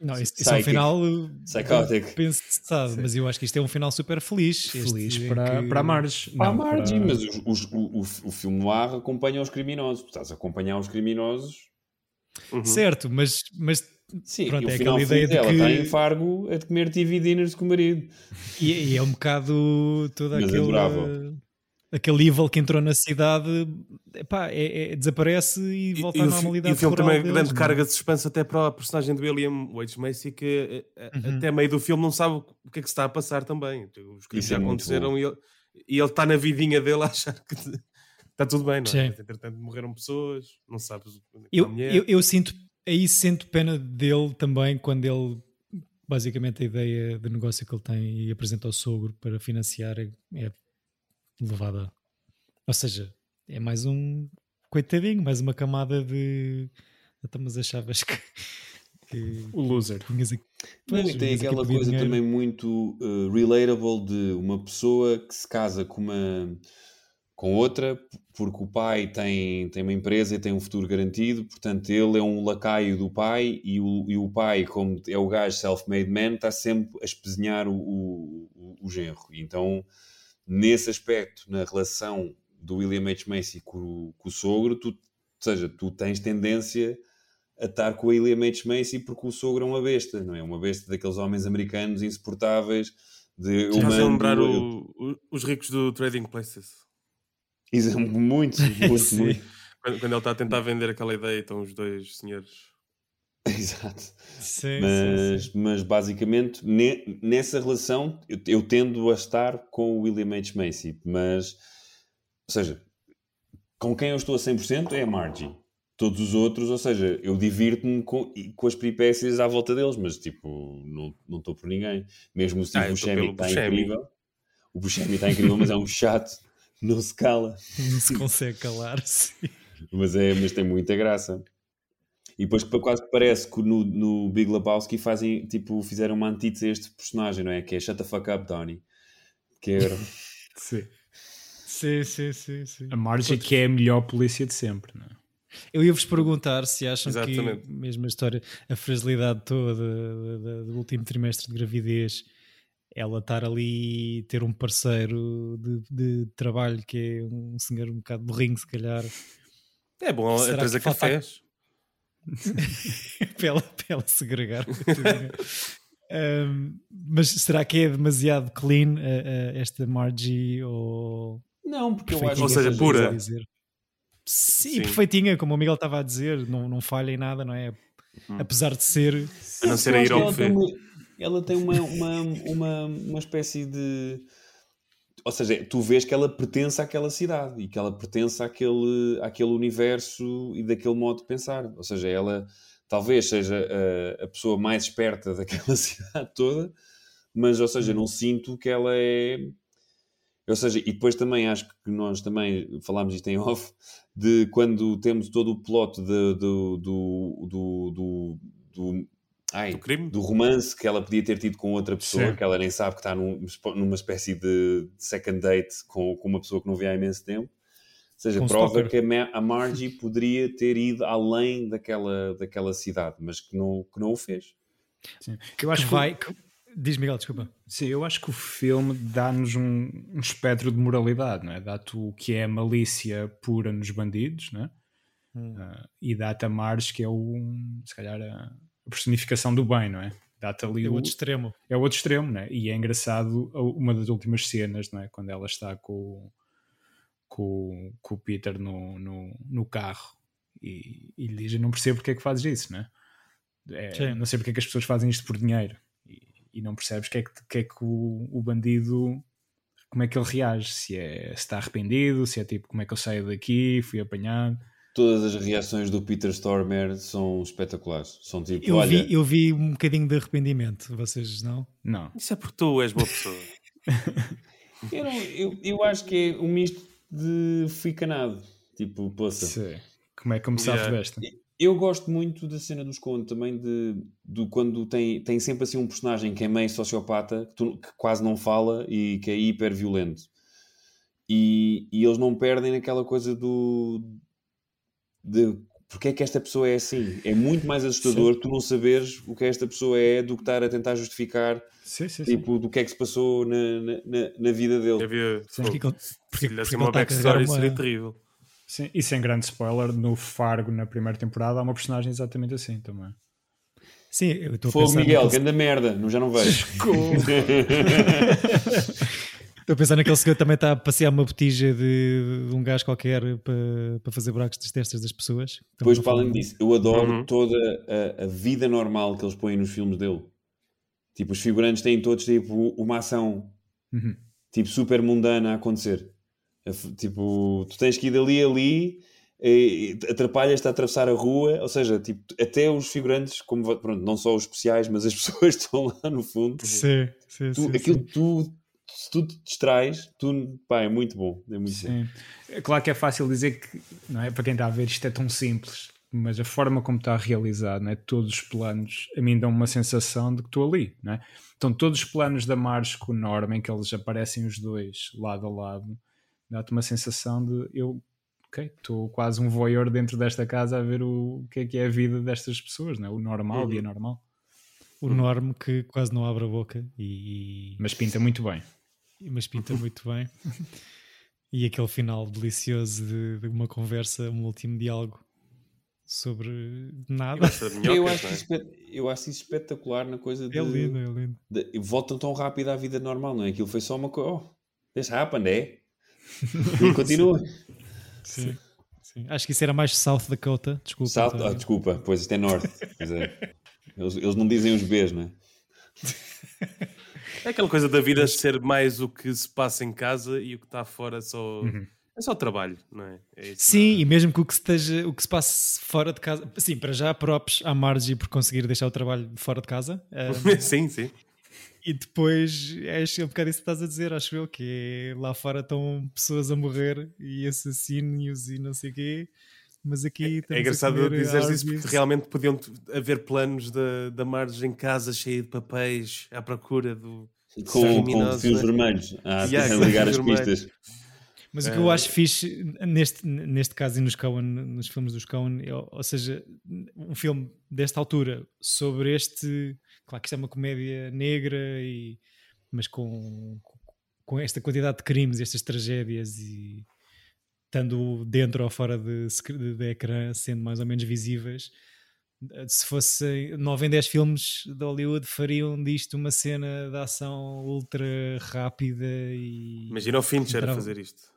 B: Não, isto, isto é um
D: Psychic.
B: final.
D: Psychotic.
B: Penso sabe, mas eu acho que isto é um final super feliz. este
H: Feliz
B: em
H: para,
B: que-
H: para a Marge.
D: Há
H: não,
D: margem,
H: para-
D: mas os- os- o, o, o filme noir acompanha os criminosos. Tu estás a acompanhar os criminosos.
C: Uhum.
B: Certo, mas, mas
D: Sim,
B: Pronto,
D: e o
B: é
D: final
B: aquela
D: feliz
B: ideia de
D: dela
B: que-
D: está em Fargo a comer TV dinners com o marido.
B: E, e é um bocado todo
D: Mas
B: aquele,
D: adorável.
B: aquele evil que entrou na cidade, epá, é- é- desaparece e volta à
C: o fi-
B: normalidade.
C: o filme
B: rural
C: também é
B: deles,
C: grande
B: não é?
C: carga de suspense até para a personagem do William H. Macy, que eh, eh,
B: Uhum.
C: até meio do filme não sabe o que é que se está a passar também. Tipo, Os crimes
D: Isso
C: já
D: é muito
C: aconteceram
D: bom.
C: e ele, e ele está na vidinha dele a achar que está tudo bem, não é?
B: Sim.
C: Mas, entretanto, morreram pessoas, não sabes onde é que está a
B: Eu,
C: mulher.
B: eu, eu sinto, aí sinto pena dele também quando ele, basicamente, a ideia de negócio que ele tem e apresenta ao sogro para financiar é, é levada. Ou seja, é mais um coitadinho, mais uma camada de. Então, mas achavas que. que
H: O loser.
B: tinhas aqui-
D: Não,
B: pois,
D: e tem
B: tinhas aqui
D: aquela
B: pedido
D: coisa
B: dinheiro.
D: também muito eh, relatable de uma pessoa que se casa com uma com outra p- porque o pai tem, tem uma empresa e tem um futuro garantido, portanto ele é um lacaio do pai e o, e o pai, como é o gajo self-made man, está sempre a espezinhar o, o, o- o genro. E Então, nesse aspecto, na relação do William H. Macy com, o- com o sogro, tu, ou seja, tu tens tendência a estar com o William H. Macy porque o sogro é uma besta, não é? Uma besta daqueles homens americanos insuportáveis de eu
C: Estás a
D: mando,
C: lembrar
D: eu-
C: o- o- os ricos do Trading Places.
D: Isso é muito, muito, muito.
C: Quando, quando ele está a tentar vender aquela ideia, estão os dois senhores.
D: Exato.
B: Sim, sim,
D: Mas,
B: sim.
D: mas basicamente, ne- nessa relação, eu, eu tendo a estar com o William H. Macy, mas, ou seja, com quem eu estou a 100% é a Margie. Todos os outros, ou seja, eu divirto-me com, e com as peripécias à volta deles, mas tipo, não não estou por ninguém. Mesmo o Steve
C: Ah, eu estou
D: Buscemi
C: pelo
D: está
C: Buscemi.
D: incrível. O Buscemi está incrível, mas é um chato, não se cala.
B: Não se consegue calar-se.
D: Mas, é, mas tem muita graça. E depois que quase que parece que no, no Big Lebowski fazem, tipo, fizeram uma antítese a este personagem, não é? Que é Shut the fuck up, Donnie. Que é- era...
H: Sim.
B: Sim, sim, sim, sim.
H: A Marge que é a melhor polícia de sempre, não é?
B: Eu ia-vos perguntar se acham
C: Exatamente.
B: que, mesmo a história, a fragilidade toda da- da- do último trimestre de gravidez, ela estar ali e ter um parceiro de, de trabalho que é um senhor um bocado burrinho, se calhar,
C: É bom
B: Será
C: a trazer
B: que falta-
C: cafés.
B: para ela, para ela segregar. Ahm, mas será que é demasiado clean a- a esta Margie ou
D: Não, porque eu acho é
B: perfeitinha,
C: Ou seja,
B: como
C: pura.
B: estás a dizer. Sim,
C: Sim.
B: perfeitinha, como o Miguel estava a dizer, não, não falha em nada, não é?
C: Hum.
B: Apesar de ser.
C: A não ser a ir ao
D: ela tem,
C: buffet.
D: uma, ela tem uma, uma, uma, uma espécie de... Ou seja, tu vês que ela pertence àquela cidade e que ela pertence àquele, àquele universo e daquele modo de pensar. Ou seja, ela talvez seja a, a pessoa mais esperta daquela cidade toda, mas, ou
B: Uhum.
D: seja, não sinto que ela é. Ou seja, e depois também acho que nós também falámos isto em off, de quando temos todo o plot de, do, do, do, do, do, ai,
C: Do crime?
D: do romance que ela podia ter tido com outra pessoa,
H: Sim.
D: que ela nem sabe que está num- numa espécie de second date com, com uma pessoa que não vê há imenso tempo. Ou seja,
B: Com um
D: prova
B: stalker.
D: que a, Ma- a Margie poderia ter ido além daquela, daquela cidade, mas que não, que não o fez.
H: Eu acho
B: que
H: que,
B: vai. que- Diz Miguel, desculpa.
H: Sim, eu acho que o filme dá-nos um, um espectro de moralidade, não é? Dá-te o que é a malícia pura nos bandidos, não é? Ah, e dá-te a Mars, que é o, se calhar, a personificação do bem, não é? Dá-te ali
B: É
H: o,
B: outro extremo.
H: é o outro extremo, né? E é engraçado a- uma das últimas cenas, não é? Quando ela está com, o- com, o- com o Peter no, no, no carro e, e lhe diz: "Eu Não percebo porque é que fazes isso, né? É,
B: Sim.
H: não sei porque é que as pessoas fazem isto por dinheiro e, e não percebes que é que, que, é que o, o bandido. Como é que ele reage? Se, é, se está arrependido, se é tipo como é que eu saio daqui, fui apanhado.
D: Todas as reações do Peter Stormer são espetaculares. São tipo,
B: Eu
D: olha,
B: vi, eu vi um bocadinho de arrependimento, vocês não?
H: Não.
C: Isso é porque tu és boa pessoa.
D: eu, não- eu, eu acho que é um misto de fui canado. Tipo, poça.
H: Se- como é que eu me safo
C: Yeah.
H: desta?
D: Eu gosto muito da cena dos contos também, de, do quando tem, tem sempre assim um personagem que é meio sociopata, que, tu- que quase não fala e que é hiper violento. E, e eles não perdem naquela coisa do. de porque é que esta pessoa é assim. É muito mais assustador tu não saberes o que esta pessoa é do que estar a tentar justificar
H: Sim, sim, sim.
D: tipo, do que é que se passou na, na, na- na vida dele.
C: Havia,
B: Porque, que ele-
C: se
B: porque, porque
C: lhe desse
B: ele
C: uma
B: está a carregar
C: backstory, seria
B: uma...
C: terrível.
H: Sim, e sem grande spoiler, no Fargo, na primeira temporada, há uma personagem exatamente assim também.
B: Sim, eu estou a
D: Fogo,
B: pensar
D: Miguel,
B: naquele-
D: grande merda, não, já não vejo.
B: Estou a pensar naquele senhor que também está a passear uma botija de, de um gajo qualquer para, para fazer buracos das testas das pessoas. Também
D: Depois,
B: não
D: para além
B: falo-
D: disso, eu adoro
C: Uhum.
D: toda a, a vida normal que eles põem nos filmes dele. Tipo, os figurantes têm todos tipo, uma ação
H: Uhum.
D: tipo, super mundana a acontecer. A f- Tipo, tu tens que ir dali a ali, e- e atrapalhas-te a atravessar a rua. Ou seja, tipo, até os figurantes, como, vo- pronto, não só os especiais, mas as pessoas que estão lá no fundo.
B: Sim, sim,
D: Tu-
B: sim. sim.
D: aquilo tu, se tu te distrais, tu, pá, é muito bom. É muito bom.
H: Sim. É Claro que é fácil dizer que, não é? Para quem está a ver, isto é tão simples, mas a forma como está realizado, não é? Todos os planos, a mim dão uma sensação de que estou ali, não é? Então, todos os planos da Mars com o Norma, em que eles aparecem os dois lado a lado, dá-te uma sensação de eu, ok, estou quase um voyeur dentro desta casa a ver o que é que é a vida destas pessoas, não é? O normal, o dia normal.
B: O Norm que quase não abre a boca, e,
H: Mas pinta muito bem.
B: e- mas pinta muito bem. E aquele final delicioso de, de uma conversa, um último diálogo sobre nada.
C: Essa de
D: Eu,
C: minhocas,
D: acho
C: não é?
D: isso espet- eu acho isso espetacular na coisa de.
B: É lindo, é lindo.
D: de- voltam tão rápido à vida normal, não é? Aquilo foi só uma coisa. Oh, this happened, eh? E continua.
B: Sim. sim. Acho que isso era mais South Dakota, desculpa.
D: Salto, ah,
B: António.
D: desculpa, pois isto é norte. Pois é. Eles, eles não dizem os Bs, não é?
C: É aquela coisa da vida ser mais o que se passa em casa e o que está fora só.
B: Uhum.
C: É só trabalho, não é? É isso.
B: Sim, e mesmo que o que, esteja, o que se passe fora de casa. Sim, para já, props à Margie por conseguir deixar o trabalho fora de casa. Ah,
C: sim, É sim.
B: e depois, acho que é um bocado isso que estás a dizer, acho eu, que é, lá fora estão pessoas a morrer e assassínios e não sei o quê. Mas aqui
C: É
B: estamos a
C: engraçado
B: comer
C: dizeres isso porque
B: Arby's.
C: realmente podiam t- haver planos da, da Marge em casa cheia de papéis à procura do.
D: Com, com
C: criminosos,
D: fios
C: não é?
D: vermelhos ah,
C: Yeah,
D: a
C: com
D: ligar as
C: fios
D: pistas.
B: Mas o que eu acho fixe neste, neste caso e nos Coen, nos filmes dos Coen, é, ou seja, um filme desta altura sobre este. Claro que isto é uma comédia negra, e, mas com, com esta quantidade de crimes, estas tragédias e estando dentro ou fora de, sc- de, de ecrã, sendo mais ou menos visíveis. eh, Se fossem 9 em 10 filmes de Hollywood, fariam disto uma cena de ação ultra rápida e.
C: Imagina o Fincher a
B: Entrava-
C: fazer isto.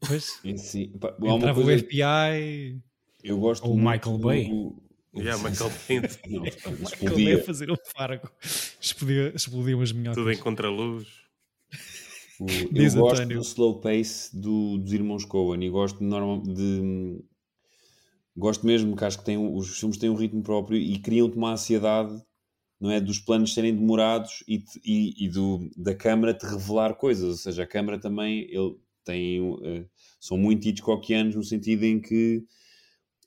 B: Pois,
D: E sim, pá, há uma
B: Entrava
D: coisa-
B: o FBI.
D: eu gosto
H: Ou o
D: muito
H: Michael
D: do-
H: Bay.
D: do-
C: Yeah, Michael Bay.
D: Não,
B: Ele
D: explodia.
B: ia fazer um fargo. Explodia, explodiam as minhocas.
C: Tudo em contraluz.
D: O-
B: Diz
D: Tipo, eu gosto
B: António.
D: do slow pace do- dos irmãos Cohen e gosto de norma- de, Gosto mesmo que acho que tem, um- os filmes têm um ritmo próprio e criam-te uma ansiedade, não é? Dos planos serem demorados e, te- e, e do, da câmara te revelar coisas. Ou seja, a câmara também, ele tem. eh, são muito Hitchcockianos no sentido em que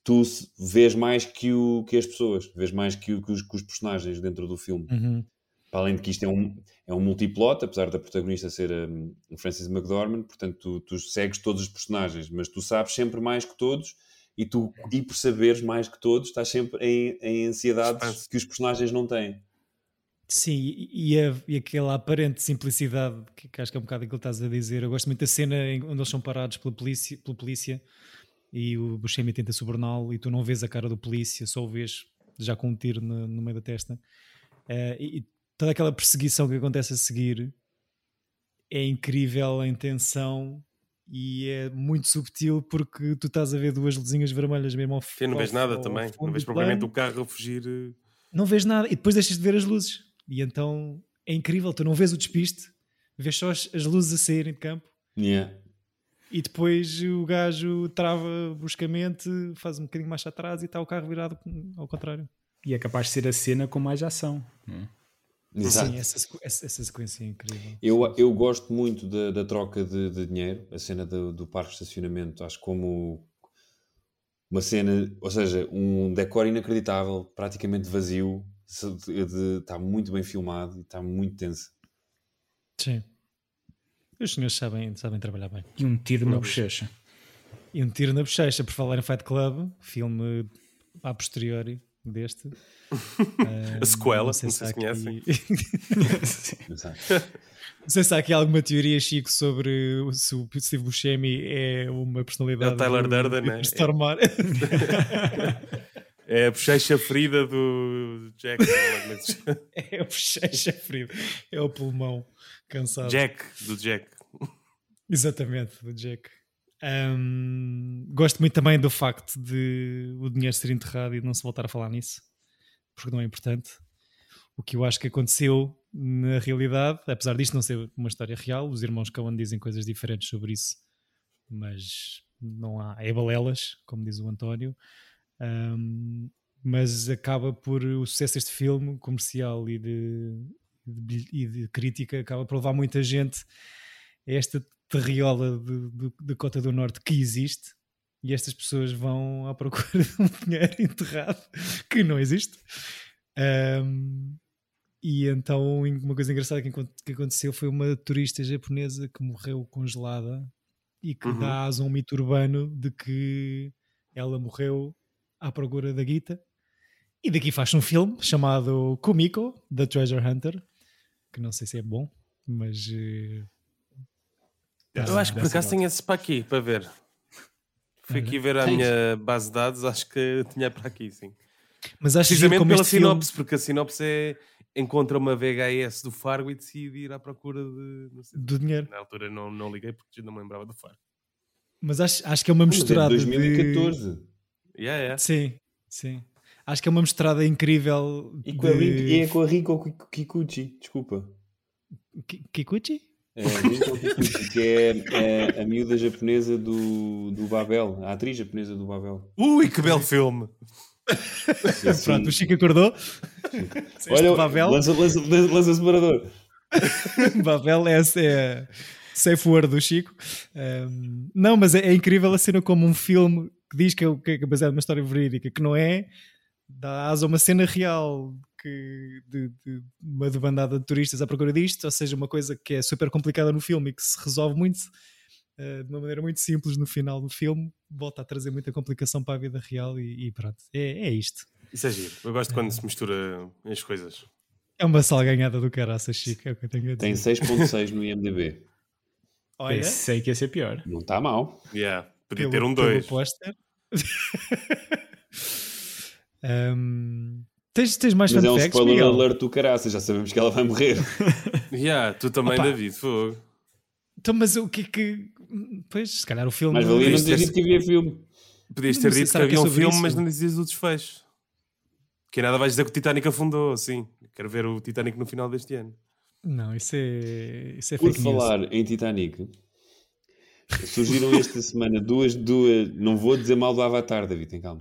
D: tu se- vês mais que, o, que as pessoas, vês mais que, o- que os, que os personagens dentro do filme.
B: Uhum.
D: Para além de que isto é um, é um multiplot, apesar da protagonista ser hum, a Frances McDormand, portanto tu, tu segues todos os personagens, mas tu sabes sempre mais que todos e tu, e por saberes mais que todos, estás sempre em, em ansiedades
C: Suspense.
D: que os personagens não têm.
B: Sim, e, e a- e aquela aparente simplicidade, que, que acho que é um bocado aquilo que estás a dizer. Eu gosto muito da cena em- onde eles são parados pela polícia, pela polícia e o Buscemi tenta suborná-lo e tu não vês a cara do polícia, só o vês já com um tiro no, no meio da testa. Eh, e, e toda aquela perseguição que acontece a seguir é incrível a intenção e é muito subtil porque tu estás a ver duas luzinhas vermelhas mesmo ao
C: Sim, não vês nada também. Não
B: propriamente
C: vês propriamente o carro a fugir. eh,
B: não vês nada e depois deixas de ver as luzes. E então é incrível, tu não vês o despiste, vês só as, as luzes a saírem de campo
D: Yeah.
B: e depois o gajo trava bruscamente, faz um bocadinho mais atrás e está o carro virado ao contrário.
H: E é capaz de ser a cena com mais ação. não é?
D: Exato.
B: Sim, essa, sequ- essa- essa sequência é incrível.
D: Eu, eu gosto muito da, da troca de, de dinheiro, a cena do, do parque de estacionamento, acho como uma cena, ou seja, um decor inacreditável, praticamente vazio, se- de- de- está muito bem filmado e está muito tenso.
B: Sim. Os senhores sabem, sabem trabalhar bem.
H: E um tiro na bochecha.
B: E um tiro na bochecha, por falar em Fight Club, filme a posteriori deste.
C: A sequela,
B: Não
C: não
B: sei
C: sei
B: se
C: se
B: há aqui-
C: conhecem.
D: Exato.
B: Não sei se há aqui alguma teoria, Chico, sobre o- se o Steve Buscemi é uma personalidade.
C: É o Tyler
B: do-
C: Durden,
B: do
C: né?
B: Stormar.
C: É a bochecha ferida do Jack. assim.
B: É o bochecha frio. É o pulmão cansado.
C: Jack, do Jack.
B: Exatamente, do Jack. Ahm, gosto muito também do facto de o dinheiro ser enterrado e não se voltar a falar nisso, porque não é importante. O que eu acho que aconteceu na realidade, apesar disto não ser uma história real, os irmãos Coen dizem coisas diferentes sobre isso, mas não há. É balelas, como diz o António. Ahm, mas acaba por o sucesso deste filme comercial e de, de bil- e de crítica acaba por levar muita gente a esta terriola de, de, de Cota do Norte que existe e estas pessoas vão à procura de um dinheiro enterrado que não existe Ahm, e então uma coisa engraçada que, encon- que aconteceu foi uma turista japonesa que morreu congelada e que
C: Uhum.
B: dá asa a um mito urbano de que ela morreu à procura da guita e daqui faz um filme chamado Kumiko, The Treasure Hunter, que não sei se é bom, mas. eh,
C: Eu acho que por acaso tinha esse para aqui, para ver. Fui aqui ver a minha base de dados, acho que tinha para aqui, sim.
B: Mas acho que é
C: Precisamente
B: como
C: pela
B: este filme-
C: sinopse, porque a sinopse é encontra uma VHS do Fargo e decide ir à procura de. Não sei,
B: do dinheiro.
C: na altura não, não liguei porque não me lembrava do Fargo.
B: Mas acho, acho que é uma
D: Mas é de
B: misturada.
D: 2014.
C: Yeah, yeah.
B: De... Sim, sim. Acho que é uma misturada incrível.
D: E com a, Rin-
B: de-
D: e é com a Rinko Ki- Kikuchi, desculpa.
B: Ki- Kikuchi?
D: É, Rinko Kikuchi, que é, é a miúda japonesa do, do Babel, a atriz japonesa do Babel.
C: Ui, que belo filme!
D: Esse
B: Pronto,
D: filme-
B: o Chico acordou.
D: Olha,
B: Babel.
D: lança, lança, lança, lança o separador.
B: Babel é, é safe word do Chico. Um, não, mas é, é incrível a cena como um filme que diz que é, o- que é baseado numa história verídica, que não é, dá asa a uma cena real que, de, de uma debandada de turistas à procura disto, ou seja, uma coisa que é super complicada no filme e que se resolve muito eh, de uma maneira muito simples no final do filme, volta a trazer muita complicação para a vida real e, e pronto, é, é isto.
C: Isso é giro. Eu gosto quando se mistura as coisas.
B: É uma salganhada do caraças, Chico, é o que eu tenho a
D: Tem
B: dizer.
D: 6.6 no IMDB.
B: Olha,
H: Pensei que ia ser pior.
D: Não está mal.
C: Yeah. Podia
B: pelo,
C: ter um
B: pelo
C: 2.
B: póster. Ahm, tens, tens mais
D: Mas é um
B: fun facts,
D: spoiler
B: Miguel?
D: alert do caraças, já sabemos que ela vai morrer.
C: Yeah, tu também,
B: Opa.
C: David, fogo.
B: Então, mas o que é que. Pois, se calhar o filme.
D: Mas valia não
C: Isto é-
D: ter dito que havia filme.
C: Podias
B: Não
C: ter
B: sei,
C: dito que
B: será que é
C: havia um
B: sobre
C: filme,
B: isso?
C: mas não dizias o desfecho. Que nada vais dizer que o Titanic afundou, sim. Quero ver o Titanic no final deste ano.
B: Não, isso é. Isso é
D: Por
B: fake news.
D: falar em Titanic, Surgiram esta semana duas, duas. Não vou dizer mal do Avatar, David, tem calma.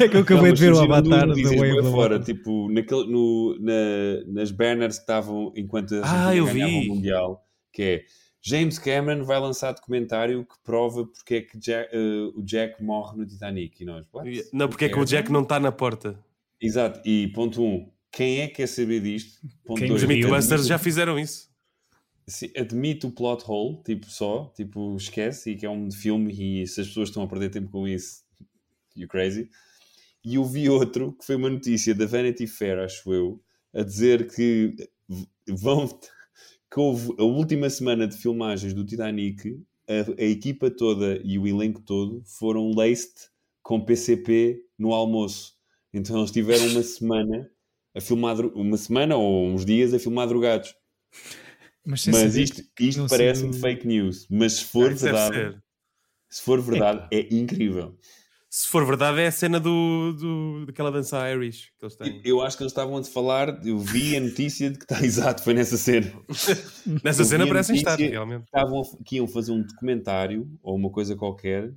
B: É que eu acabei de ver o Avatar da
D: da
B: Way of the
D: fora,
B: Water.
D: tipo, naquele, no, na- nas banners que estavam enquanto a
C: Ah,
D: Argentina
C: eu
D: ganhava
C: vi.
D: o Mundial, que é James Cameron vai lançar documentário que prova porque é que Jack- eh, o Jack morre no Titanic. E nós, what?
C: Não, porque é que o Jack não está na porta?
D: Exato, e ponto 1, um, quem é que quer saber disto? Ponto
H: Quem
D: dois,
C: Os Mythbusters
D: admite-
C: já fizeram isso.
D: Sim, admite o plot hole, tipo só, tipo esquece, e que é um filme e se as pessoas estão a perder tempo com isso, you crazy. E eu vi outro que foi uma notícia da Vanity Fair, acho eu, a dizer que v- vão que houve a última semana de filmagens do Titanic, a, a equipa toda e o elenco todo foram laced com PCP no almoço. Então eles tiveram uma semana a filmar dro- uma semana ou uns dias a filmar drogados.
B: Mas, sem
D: Mas
B: saber
D: isto,
B: que
D: isto
B: não
D: parece-me
B: saiu-
D: fake news. Mas se for
C: Isso deve
D: verdade,
C: ser.
D: se for verdade, é incrível.
C: Se for verdade, é a cena do, do- daquela dança Irish que eles têm.
D: Eu acho que eles estavam a te falar, eu vi a notícia de que está exato, foi nessa cena.
C: Nessa
D: eu
C: cena
D: vi a
C: parecem estar,
D: notícia-
C: realmente.
D: Estavam a- que iam fazer um documentário ou uma coisa qualquer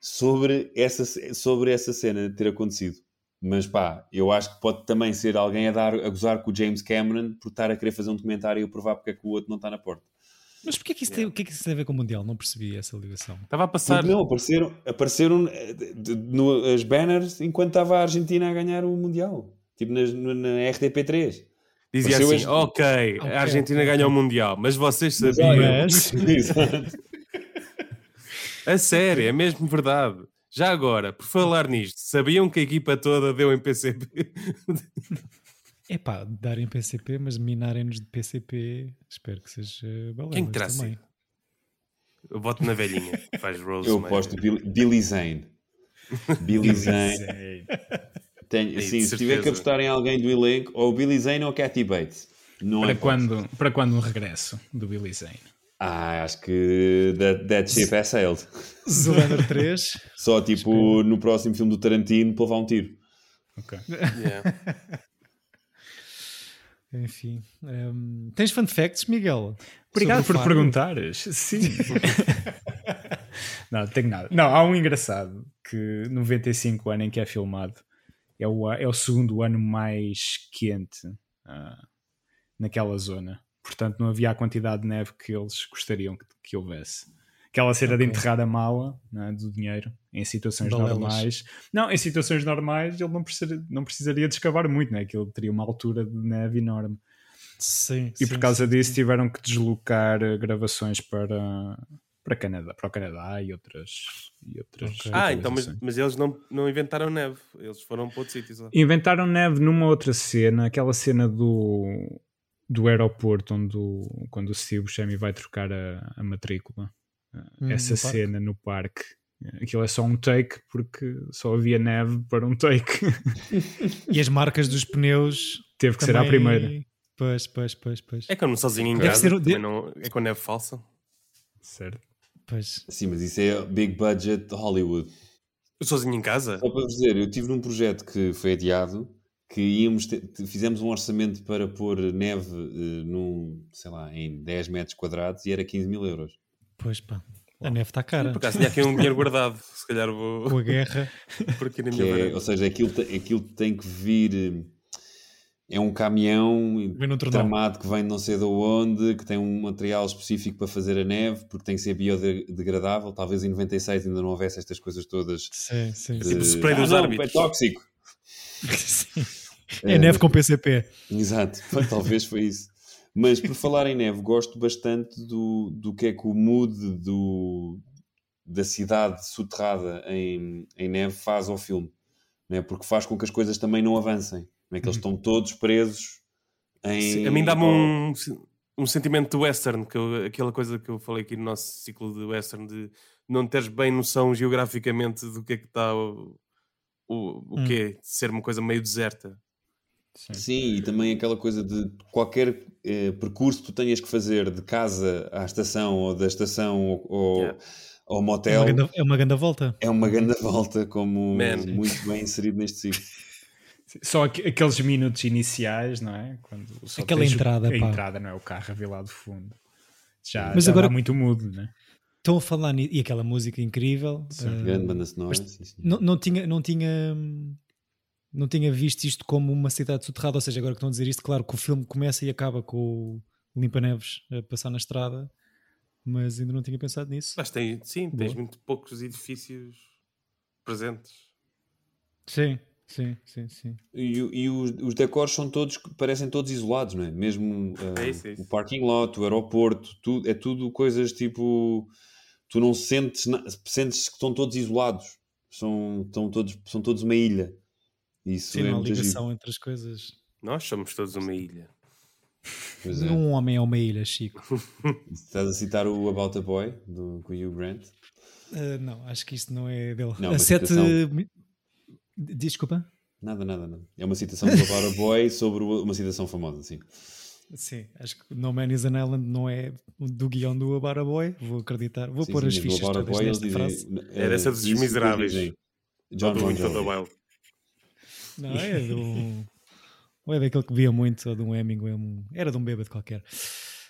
D: sobre essa, ce- sobre essa cena ter acontecido. Mas pá, eu acho que pode também ser alguém a, dar, a gozar com o James Cameron por estar a querer fazer um documentário e a provar porque é que o outro não está na porta.
B: Mas porquê que isso tem, o que é que isso tem a ver com o Mundial? Não percebi essa ligação.
C: Estava a passar.
D: Porque não, apareceram, apareceram eh, de- de- no, as banners enquanto estava a Argentina a ganhar o Mundial. Tipo nas- no- na, RTP3.
C: Dizia
D: Apareceu
C: assim:
D: este-
C: ok,
B: Ok,
C: a Argentina
B: ok,
C: ganhou o Mundial, mas vocês sabiam.
B: Mas,
D: Exato.
C: A sério, é mesmo verdade. Já agora, por falar nisto, sabiam que a equipa toda deu em PCP?
B: é pá, darem PCP, mas minarem-nos de PCP, espero que seja balé.
C: Quem que terá sido? Eu voto na velhinha, faz Rose.
D: Eu aposto Billy, Billy Zane. Billy Zane. Tenho,
C: Aí,
D: assim,
C: de
D: se tiver que
C: certeza.
D: apostar em alguém do elenco, ou o Billy Zane ou o Cathy Bates. Não
H: Para
D: é
H: quando, para quando um regresso do Billy Zane?
D: Ah, acho que that, that ship has sailed.
B: Zoolander 3.
D: Só tipo no próximo filme do Tarantino para levar um tiro.
H: Ok.
B: Enfim. hum, tens fun facts, Miguel?
H: Obrigado
B: Sobre
H: por
B: o Faro?
H: perguntares. Sim. não, tenho nada. Não, há um engraçado que 95 ano em que é filmado é o, a- é o segundo ano mais quente ah, naquela zona. Portanto, não havia a quantidade de neve que eles gostariam que, que houvesse. Aquela cena de enterrar a mala né, do dinheiro em situações
B: Balelas.
H: normais. Não, em situações normais ele não, precisa- não precisaria de escavar muito, né? Aquilo teria uma altura de neve enorme.
B: Sim.
H: E
B: sim,
H: por causa
B: sim.
H: disso tiveram que deslocar eh, gravações para, para, Canadá, para o Canadá e outras. E outras
B: Ok.
C: Ah, então, mas,
D: assim.
H: localizações.
C: mas eles não, não inventaram neve, eles foram para outro sítio. só.
H: Inventaram neve numa outra cena, aquela cena do, do aeroporto onde o, quando o Steve Buscemi vai trocar a, a matrícula.
B: Hum,
H: Essa
B: no parque.
H: cena no parque. Aquilo é só um take porque só havia neve para um take.
B: E as marcas dos pneus.
H: Teve que ser à
B: também-
H: primeira.
B: Pois, pois, pois, pois.
C: É que eu não sozinho em
B: Deve
C: casa,
B: ser o-
C: também não- é com neve falsa.
H: Certo.
B: pois.
D: Sim, mas isso é big budget Hollywood.
C: Eu sozinho em casa?
D: Só para vos dizer, eu tive num projeto que foi adiado, que íamos ter- te- fizemos um orçamento para pôr neve eh, num, sei lá, em 10 metros quadrados e era 15 mil euros.
B: Pois, pá. A neve está cara.
C: Por acaso tinha aqui um dinheiro guardado, se calhar
B: Com
C: vou
B: a guerra.
C: por aqui na
D: Que
C: minha
D: é,
C: varanda.
D: ou seja, aquilo, te- aquilo tem que vir. eh, É um caminhão
B: Vem num tornado.
D: tramado que vem de não sei de onde, que tem um material específico para fazer a neve, porque tem que ser biodegradável. Talvez em 96 ainda não houvesse estas coisas todas.
B: Sim,
H: É.
B: sim.
D: de-
B: sim.
C: Tipo, spray dos
D: não,
C: árbitros."
D: É tóxico.
B: É neve com PCP.
D: Exato, Foi- talvez foi isso. Mas por falar em neve, gosto bastante do, do que é que o mood do, da cidade soterrada em, em neve faz ao filme, né? porque faz com que as coisas também não avancem, né? que eles estão todos presos em.
C: Uhum. Sim, A mim dá-me um, um sentimento de western, que eu- aquela coisa que eu falei aqui no nosso ciclo de western, de não teres bem noção geograficamente do que é que está o, o, o
B: Hum.
C: quê? De ser uma coisa meio deserta.
D: Sim, e também aquela coisa de qualquer eh, percurso que tu tenhas que fazer de casa à estação ou da estação ao- ao,
C: Yeah.
D: ao
B: É uma
D: motel
B: ganda- é uma grande volta.
D: é uma grande volta, como
C: Man.
D: muito bem inserido neste ciclo.
H: Só aque- aqueles minutos iniciais, não é? Quando só
B: Aquela
H: tens o-
B: entrada,
H: A
B: pá.
H: entrada, não é? O carro a vir lá do fundo. Já,
B: Mas
H: já
B: agora-
H: dá muito mudo, não é?
B: Estão a falar ni- e aquela música incrível. ah,
D: Grande banda sonora.
B: mas
D: sim, senhor.
B: não, não tinha, não tinha, hum, não tinha visto isto como uma cidade soterrada. Ou seja, agora que estão a dizer isto, claro que o filme começa e acaba com o Limpa Neves a passar na estrada, mas ainda não tinha pensado nisso.
C: Mas tem, sim, tens
B: Boa.
C: muito poucos edifícios presentes.
B: Sim, sim, sim, sim.
D: E, o- e os, os decores são todos, parecem todos isolados, não é? Mesmo ah,
C: É isso, é isso.
D: o parking lot, o aeroporto, tudo, é tudo coisas tipo. Tu não sentes, na- sentes que estão todos isolados, são, estão todos, são todos uma ilha. Isso
B: Sim,
D: é
B: não há
D: muito
B: ligação entre as coisas.
C: Nós somos todos uma ilha.
D: giro. Pois é.
B: Um homem é uma ilha, Chico.
D: Estás a citar o About a Boy do, com o Hugh Grant?
B: Ah, não, acho que isto não é dele.
D: Não,
B: a
D: mas
B: sete.
D: atenção.
B: mi- Desculpa?
D: Nada, nada, nada. É uma citação do About a Boy sobre o- uma citação famosa, sim.
B: Sim, acho que No Man is an Island não é do guião do Abara Boy. Vou acreditar, vou
D: Sim,
B: pôr
D: sim,
B: as
D: mas o
B: fichas
D: About a
B: todas
D: Boy, eles
B: nesta
D: dizem-
B: frase.
C: É dessa dos
D: isso que eles
C: Miseráveis.
D: dizem. eh, John
C: Ou do
D: Bon
C: Into the
D: Jovi.
C: Wild.
B: Não, é do. Ou é daquele que via muito, ou de um Hemingway, um- era de um bêbado qualquer.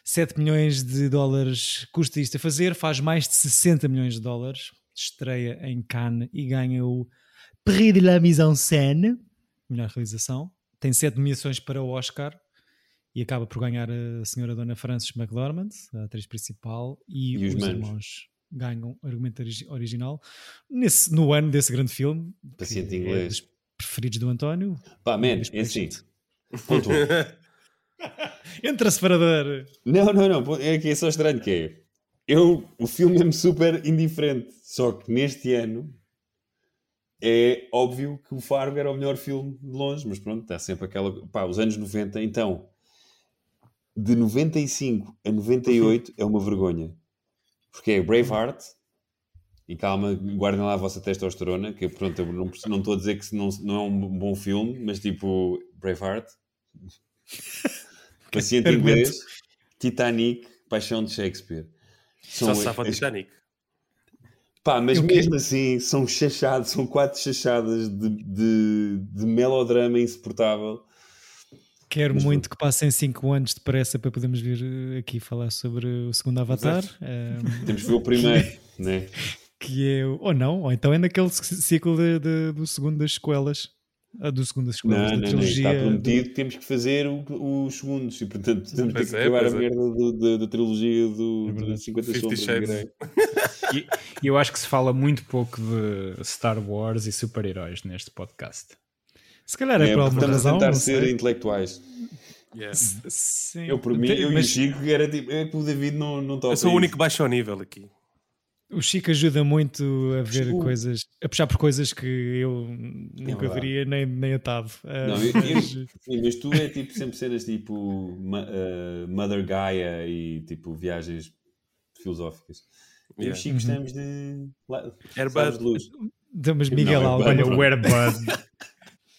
B: 7 milhões de dólares custa isto a fazer, faz mais de 60 milhões de dólares, estreia em Cannes e ganha o Prix de la Mise en Scène, melhor realização. Tem 7 nomeações para o Oscar e acaba por ganhar a senhora Dona Frances McDormand, a atriz principal, e,
D: E os
B: os,
D: manos.
B: irmãos ganham argumento origi- original nesse, no ano desse grande filme. que
D: Paciente
B: é
D: inglês.
B: dos preferidos do António,
D: Pá, man,
B: Mas
D: é assim.
B: patient.
D: Ponto um.
B: Entra separador.
D: Não, não, não. pô, É que é só estranho que é. Eu, o filme é-me super indiferente. Só que neste ano é óbvio que o Fargo era o melhor filme de longe, mas pronto, está sempre aquela. Pá, os anos 90, então. De 95 a 98 é uma vergonha. Porque é Braveheart. E calma, guardem lá a vossa testosterona, que pronto, eu não, não estou a dizer que se não, não é um bom filme, mas tipo, Braveheart. Paciente
B: Argumento.
D: inglês. Titanic, Paixão de Shakespeare. São
C: Só se safa o
D: as-
C: Titanic.
D: Pá, mas
B: Eu
D: mesmo assim são chachados, são quatro chachadas de, de- de melodrama insuportável.
B: Quero
D: Mas
B: muito que passem 5 anos depressa para podermos vir eh, aqui falar sobre o segundo Avatar, ehm,
D: Temos que ver o primeiro, né?
B: que é, o- ou não, ou então é naquele c- ciclo de- de- do segundo das sequelas, ah, do segundo das
D: Não,
B: sequelas,
D: não,
B: da
D: não.
B: trilogia.
D: Está
B: do-
D: prometido que temos que fazer o- os segundos e, portanto, temos
C: Pois
D: que
C: é,
D: acabar
C: pois
D: a
C: é.
D: merda do- do- da trilogia do,
B: É
D: do
B: verdade.
D: 50
C: Fifty
D: Sombras né? de
C: Shades.
D: Grey.
H: E, e eu acho que se fala muito pouco de Star Wars e super-heróis neste podcast.
B: Se calhar é,
D: É,
B: por
D: porque
B: alguma
D: estamos a
B: razão.
D: tentar
B: não
D: ser
B: sei.
D: intelectuais.
C: Yeah.
B: Sim.
D: Eu, por mim, eu
B: Mas
D: e o Chico, era tipo, é que o David não, não toca.
C: Eu sou o
D: isso.
C: único baixo ao nível aqui.
B: o Chico ajuda muito a ver
D: O-
B: coisas, a puxar por coisas que eu nunca
D: lá.
B: veria nem, nem atavo. Ah,
D: É Não, eu-
B: mas-
D: eu- Sim, mas tu é tipo sempre cenas tipo ma- eh, Mother Gaia e tipo viagens filosóficas. E
C: Yeah.
D: os
B: Uhum.
D: Chico estamos de la-
C: Airbud.
D: sabres de luz.
B: Damos Miguel
D: Não, é
B: Alba.
D: bem-
H: Olha,
D: pronto.
H: o Airbud,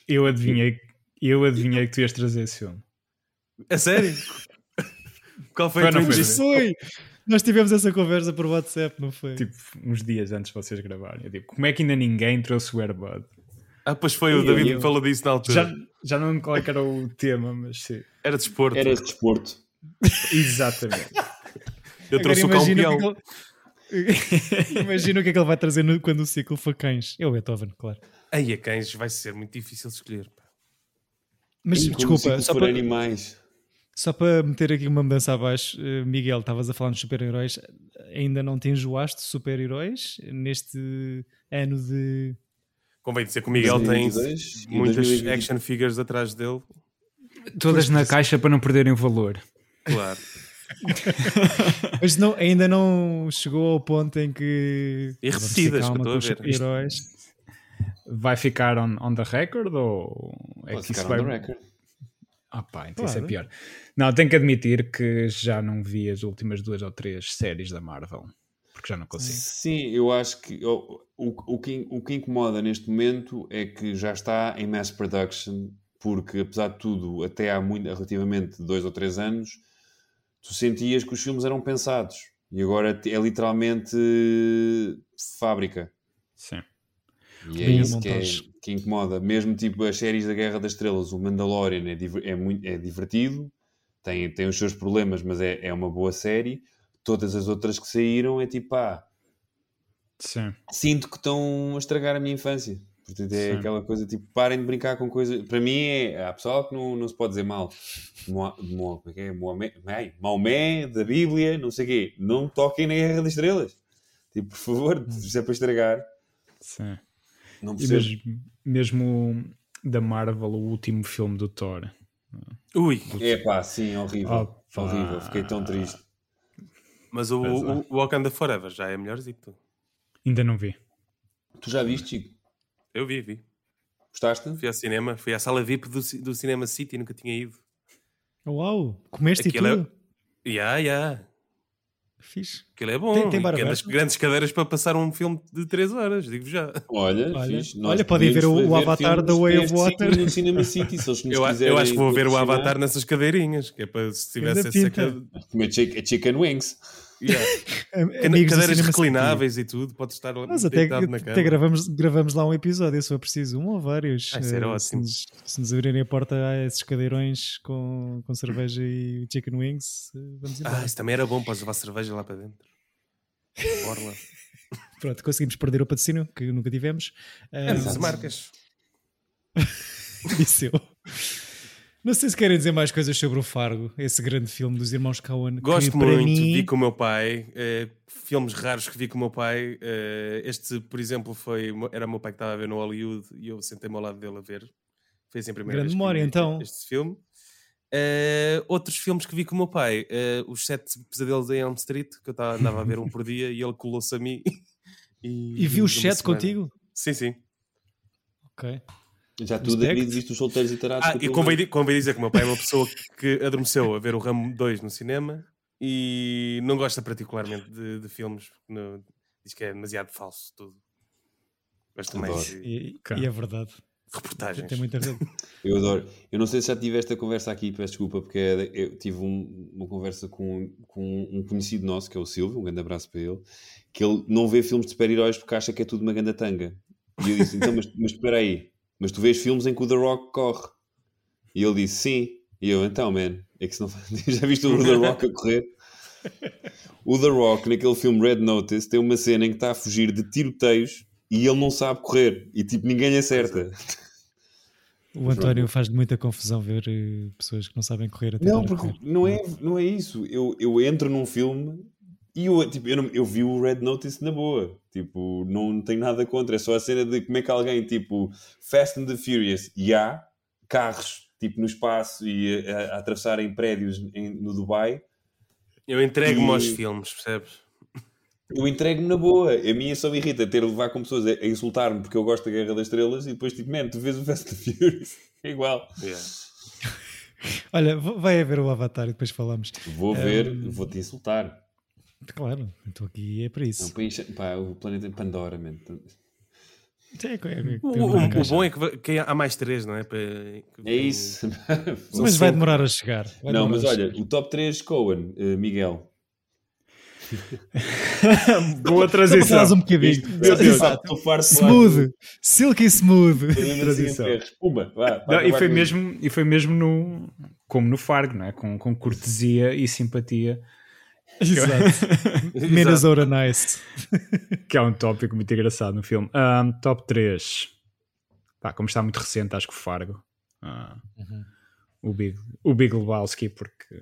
H: eu adivinhei, eu adivinhei que tu ias trazer esse filme.
C: A sério? Qual foi
H: Foi,
C: a tua
H: não foi?
C: impressão?
B: Foi! Nós tivemos essa conversa por WhatsApp, não foi?
H: Tipo, uns dias antes de vocês gravarem. Eu digo, como é que ainda ninguém trouxe o Airbud?
C: Ah, pois foi, o
H: Eu-
C: David
H: eu-
C: me falou disso na altura.
H: Já, já não lembro qual é que era o tema, mas sim.
C: Era desporto.
D: Era de desporto.
H: Exatamente.
C: Eu trouxe o
B: Agora imagina
C: campeão.
B: o é que é que ele- Imagina o que é que ele vai trazer no- quando o ciclo for cães. É o Beethoven, claro.
C: Aí a cães vai ser muito difícil de escolher. pá.
B: Mas
D: E como
B: desculpa,
D: se
B: só
D: for
B: para,
D: animais.
B: só para meter aqui uma mudança abaixo, eh, Miguel, estavas a falar nos super-heróis, ainda não te enjoaste de super-heróis neste ano de.
C: Convém dizer que o Miguel tem
D: 2022 e
C: muitas
D: 2022.
C: action figures atrás dele.
H: Todas na caixa para não perderem o valor.
C: Claro.
B: Mas não, ainda não chegou ao ponto em que.
C: E
B: Vamos ter
C: repetidas,
B: calma
C: que eu
B: com os
C: estou a ver.
B: super-heróis.
H: Vai ficar on, on the record ou é
D: Pode
H: que isso
D: ficar
H: vai.
D: on the record.
H: Ah, pá, então isso é
B: Claro.
H: pior. Não, tenho que admitir que já não vi as últimas duas ou três séries da Marvel. Porque já não consigo.
D: Sim, eu acho que o, o, o que o que incomoda neste momento é que já está em mass production, porque apesar de tudo, até há muito, há relativamente dois ou três anos, tu sentias que os filmes eram pensados e agora é literalmente eh, fábrica.
H: Sim.
D: E é
B: Bem
D: isso que, é-
B: montagem.
D: que incomoda. Mesmo tipo as séries da Guerra das Estrelas, o Mandalorian é, diver- é muito, é divertido, tem, tem os seus problemas, mas é, é uma boa série. Todas as outras que saíram é tipo, ah,
A: Sim.
D: sinto que estão a estragar a minha infância. Portanto, é
A: Sim.
D: aquela coisa tipo, parem de brincar com coisas. Para mim, é, há pessoal que não, não se pode dizer mal. Moa- Moa- como é que é? Moamé, ai, Maomé, da Bíblia, não sei o quê. Não toquem na Guerra das Estrelas. Tipo, por favor, se é para estragar,
A: Sim.
D: não
A: Hum. E
D: percebo.
A: mesmo, mesmo da Marvel, o último filme do Thor.
C: Ui,
D: É pá, sim, horrível.
A: Opa.
D: Horrível, fiquei tão triste.
C: mas o,
A: Pois é.
C: o, o Wakanda Forever já é melhorzito.
A: Ainda não vi.
D: Tu já viste, Chico?
C: Eu vi, vi.
D: Gostaste?
C: Fui ao cinema, fui à sala VIP do, ci- do Cinema City, nunca tinha ido.
B: Uau, comeste
C: Aquilo é-
B: e tudo?
C: Ya, ya.
B: Fixe.
C: Aquilo é bom.
B: Tem- tem
C: E
B: bar
C: grandes,
B: aberto?
C: grandes cadeiras para passar um filme de 3 horas, digo já.
D: Olha,
B: Olha,
D: fixe.
B: olha, podem ver o-
D: podemos
B: o Avatar
D: filmes
B: da Way of
D: deste
B: Water.
D: ciclo No Cinema City, se eles nos
C: Eu, a-
D: quiserem
C: eu acho que vou ver o
D: patrocinar,
C: Avatar nessas cadeirinhas, que é para se
B: Grande
C: tivesse essa
B: pinta.
C: cade-
D: Comer chick- chicken wings.
C: Ya. Cade-
B: É, Amigos do
C: cadeiras
B: Cinema
C: reclináveis e tudo, podes estar lá
B: City. Nós até,
C: deitado na cama.
B: até gravamos, gravamos lá um episódio, se for preciso, um ou vários.
C: Vai ser
B: Eh,
C: ótimo.
B: Se nos, se nos abrirem a porta a esses cadeirões com, com cerveja e chicken wings, eh, vamos embora.
C: Ah, isso também era bom, podes levar cerveja lá para dentro. Borla.
B: Pronto, conseguimos perder o patrocínio, que nunca tivemos. Eh,
C: As marcas.
B: disse eu. Não sei se querem dizer mais coisas sobre o Fargo, esse grande filme dos irmãos Coen.
C: Gosto
B: que para
C: muito,
B: mim,
C: vi com o meu pai. eh, filmes raros que vi com o meu pai. eh, este, por exemplo, foi, era o meu pai que estava a ver no Hollywood e eu sentei-me ao lado dele a ver. Foi assim a primeira
B: Grande
C: vez que
B: memória,
C: vi
B: então.
C: Este filme. Eh, outros filmes que vi com o meu pai, eh, Os Sete Pesadelos em Elm Street, que eu tava- andava a ver um por dia e ele colou-se a mim.
B: E vi
C: viu
B: o chat contigo?
C: Sim, sim.
B: Ok.
D: Já tu,
B: Respect.
D: David, viste os solteiros e tarados.
C: Ah,
D: com a
C: e
D: tua
C: convém,
D: mãe.
C: di- convém dizer que o meu pai é uma pessoa que adormeceu a ver o Ramo 2 no cinema e não gosta particularmente de, de filmes. no- diz que é demasiado falso tudo. Gosta mais
D: Adoro.
C: de
B: E,
A: Cara.
B: e é verdade.
C: reportagens.
B: Tem muita razão.
D: Eu adoro. Eu não sei se já tive esta conversa aqui, peço desculpa, porque é de- eu tive um- uma conversa com, com um conhecido nosso, que é o Silvio, um grande abraço para ele, que ele não vê filmes de super-heróis porque acha que é tudo uma ganda tanga. E eu disse, então, mas, mas espera aí, mas tu vês filmes em que o The Rock corre? E ele disse, sim. E eu, então, man, é que se não faz- já viste o The Rock a correr? O The Rock, naquele filme Red Notice, tem uma cena em que está a fugir de tiroteios e ele não sabe correr. E tipo, ninguém lhe acerta.
B: O António faz muita confusão ver eh, pessoas que não sabem correr até um
D: Não, porque não é, não é isso. Eu, eu entro num filme e eu, tipo, eu, não- eu vi o Red Notice na boa. Tipo, não tenho nada contra. É só a cena de como é que alguém, tipo, Fast and the Furious, e há carros, tipo, no espaço e a, a atravessarem prédios em- no Dubai.
C: Eu entrego-me
D: E-
C: aos filmes, percebes?
D: Eu entrego-me na boa. A minha só me irrita ter de levar com pessoas a, a insultar-me porque eu gosto da Guerra das Estrelas e depois, tipo, man, tu vês o Fast and the Furious. É igual.
C: Yeah.
B: Olha, v- vai haver o Avatar e depois falamos.
D: Vou ver, vou-te insultar.
B: Claro, eu estou aqui é para
D: É um
B: isso.
D: país, pá, o planeta Pandora, man.
B: É, é, é-
C: O,
B: tem uma
C: o- o
B: caixa.
C: bom é que, va- que há mais três, não é? Para- que-
D: É isso.
B: mas vai demorar a chegar. vai
D: Não,
B: demorar
D: mas
B: a
D: olha,
B: chegar.
D: o top 3 Cohen, eh, Miguel.
A: Boa transição.
B: Faz um bocadinho.
D: Isto, meu Deus,
B: Exato.
D: estou farto de falar
B: Smooth, silky smooth.
D: de- de- de-
A: Transição.
D: de- de- de- Pumba, vá, vai
A: Não, e,
D: acabar
A: foi
D: com isto.
A: mesmo, e foi mesmo no, como no Fargo, não é? com, com cortesia e simpatia,
B: Exato. Minnesota Nice.
A: que é um tópico muito engraçado no filme. Ahm, top 3. Pá, como está muito recente, acho que o Fargo. Ah, o, Big, o Big Lebowski, porque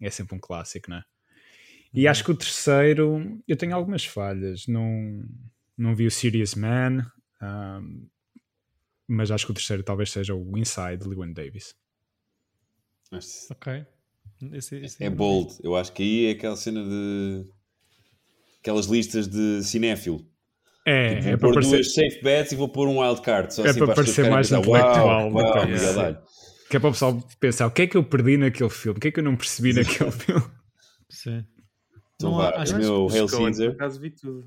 A: é sempre um clássico, não é? E acho que o terceiro, eu tenho algumas falhas. Não, não vi o Serious Man, ahm, mas acho que o terceiro talvez seja o Inside de Lewin Davis.
D: Mas
B: Ok. Esse- esse-
D: É bold. Eu acho que aí é aquela cena de. Aquelas listas de cinéfilo.
A: É,
D: Vou
A: é para
D: pôr
A: parecer,
D: um duas safe bets e vou pôr um wildcard. Só
A: É
D: assim
A: para
D: as pessoas
A: parecer mais
D: ficarem a pensar,
A: intelectual
D: "Uau,
A: da
D: uau,
A: coisa."
D: Miguel, olha."
A: que é para o pessoal pensar o que é que eu perdi naquele filme, o que é que eu não percebi naquele filme.
B: Sim.
D: Então
B: Não
D: vá,
B: há- acho
D: o
B: que-
D: meu Hail
C: Coen, por
D: Caesar.
C: acaso vi tudo.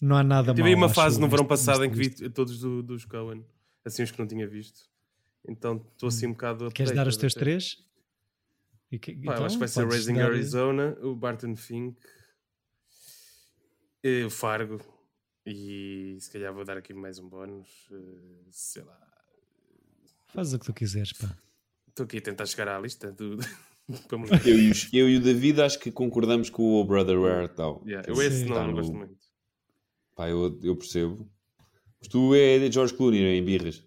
B: Não há nada
C: Tive aí
B: mau,
C: uma
B: Tá acho
C: fase
B: eu,
C: no verão
B: neste-
C: passado em que
B: neste-
C: vi t- todos do- dos Cohen, assim os que não tinha visto. Então estou assim um bocado.
B: Queres
C: update,
B: dar os teus
C: até.
B: três? E que-
C: Pá, eu
B: então,
C: acho que vai ser
B: podes
C: Raising
B: dar-
C: Arizona, o Barton Fink, eh, o Fargo. E se calhar vou dar aqui mais um bónus. eh, sei lá.
B: Faz o que tu quiseres, pá.
C: Estou aqui a tentar chegar à lista do,
D: eu, e o, eu e o David acho que concordamos com o oh Brother Where Thou.
C: Yeah, eu esse não,
D: Tá
C: não
D: no-
C: gosto muito.
D: Pá, eu, eu percebo. Mas tu é de George Clooney não é? em birras.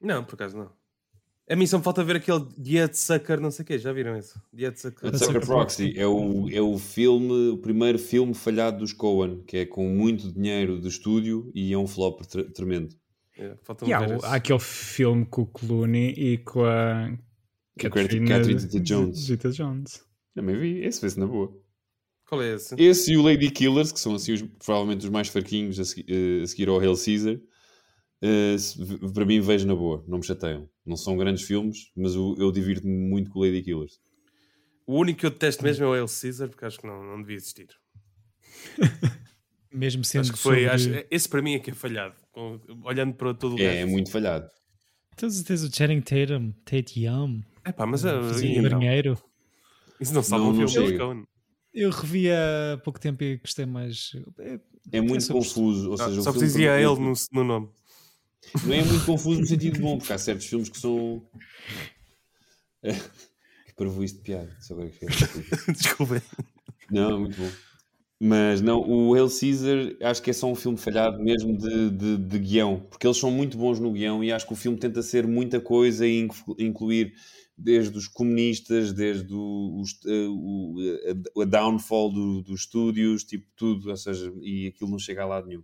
C: Não, por acaso não. A mim só me falta ver aquele Diet Sucker, não sei o quê, já viram isso? Diet Sucker.
D: A Sucker Proxy é o, é o filme, o primeiro filme falhado dos Coen, que é com muito dinheiro do estúdio e é um flop tre- tremendo.
C: É, falta-me
A: E há,
C: ver
A: o-
C: esse.
A: há aquele filme com o Clooney e com a
D: Com a Catherine Zeta-Jones.
A: Zeta Jones.
D: Também vi, esse vê-se na boa.
C: Qual é esse?
D: Esse e o Lady Killers, que são assim os- provavelmente os mais fraquinhos a, segui- eh, a seguir ao Hail Caesar, eh, se- v- para mim vejo na boa, não me chateiam. Não são grandes filmes, mas o- eu divirto-me muito com o Lady Killers.
C: O único que eu detesto mesmo é o El Caesar, porque acho que não, não devia existir.
B: Mesmo sendo
C: acho que foi.
B: sobre-
C: acho- esse para mim é que é falhado. com- olhando para todo o
D: É, é
C: resto.
D: muito falhado.
B: Tens, tens o Channing Tatum, Tatum,
C: É pá, mas ah,
B: Sim,
C: e não.
B: marinheiro.
C: isso não salva
D: Não,
C: um
D: não
C: filme
D: chega.
C: dos Coen.
B: Eu revi há pouco tempo e gostei mais. É,
D: É muito
B: sobre-
D: confuso. Ou
C: Ah,
D: seja, o
C: Só
D: filme
C: precisa ir a
D: todo-
C: ele no, no nome.
D: Não é muito confuso no sentido bom, porque há certos filmes que são. que prejuízo de piada. Só agora que fiquei-
C: Desculpem.
D: Não, é muito bom. Mas não, o Hail Caesar acho que é só um filme falhado mesmo de, de, de guião, porque eles são muito bons no guião e acho que o filme tenta ser muita coisa e inclu- incluir desde os comunistas, desde o, os- eh, o, eh, a, a downfall do- dos estúdios, tipo tudo, ou seja, e aquilo não chega a lado nenhum.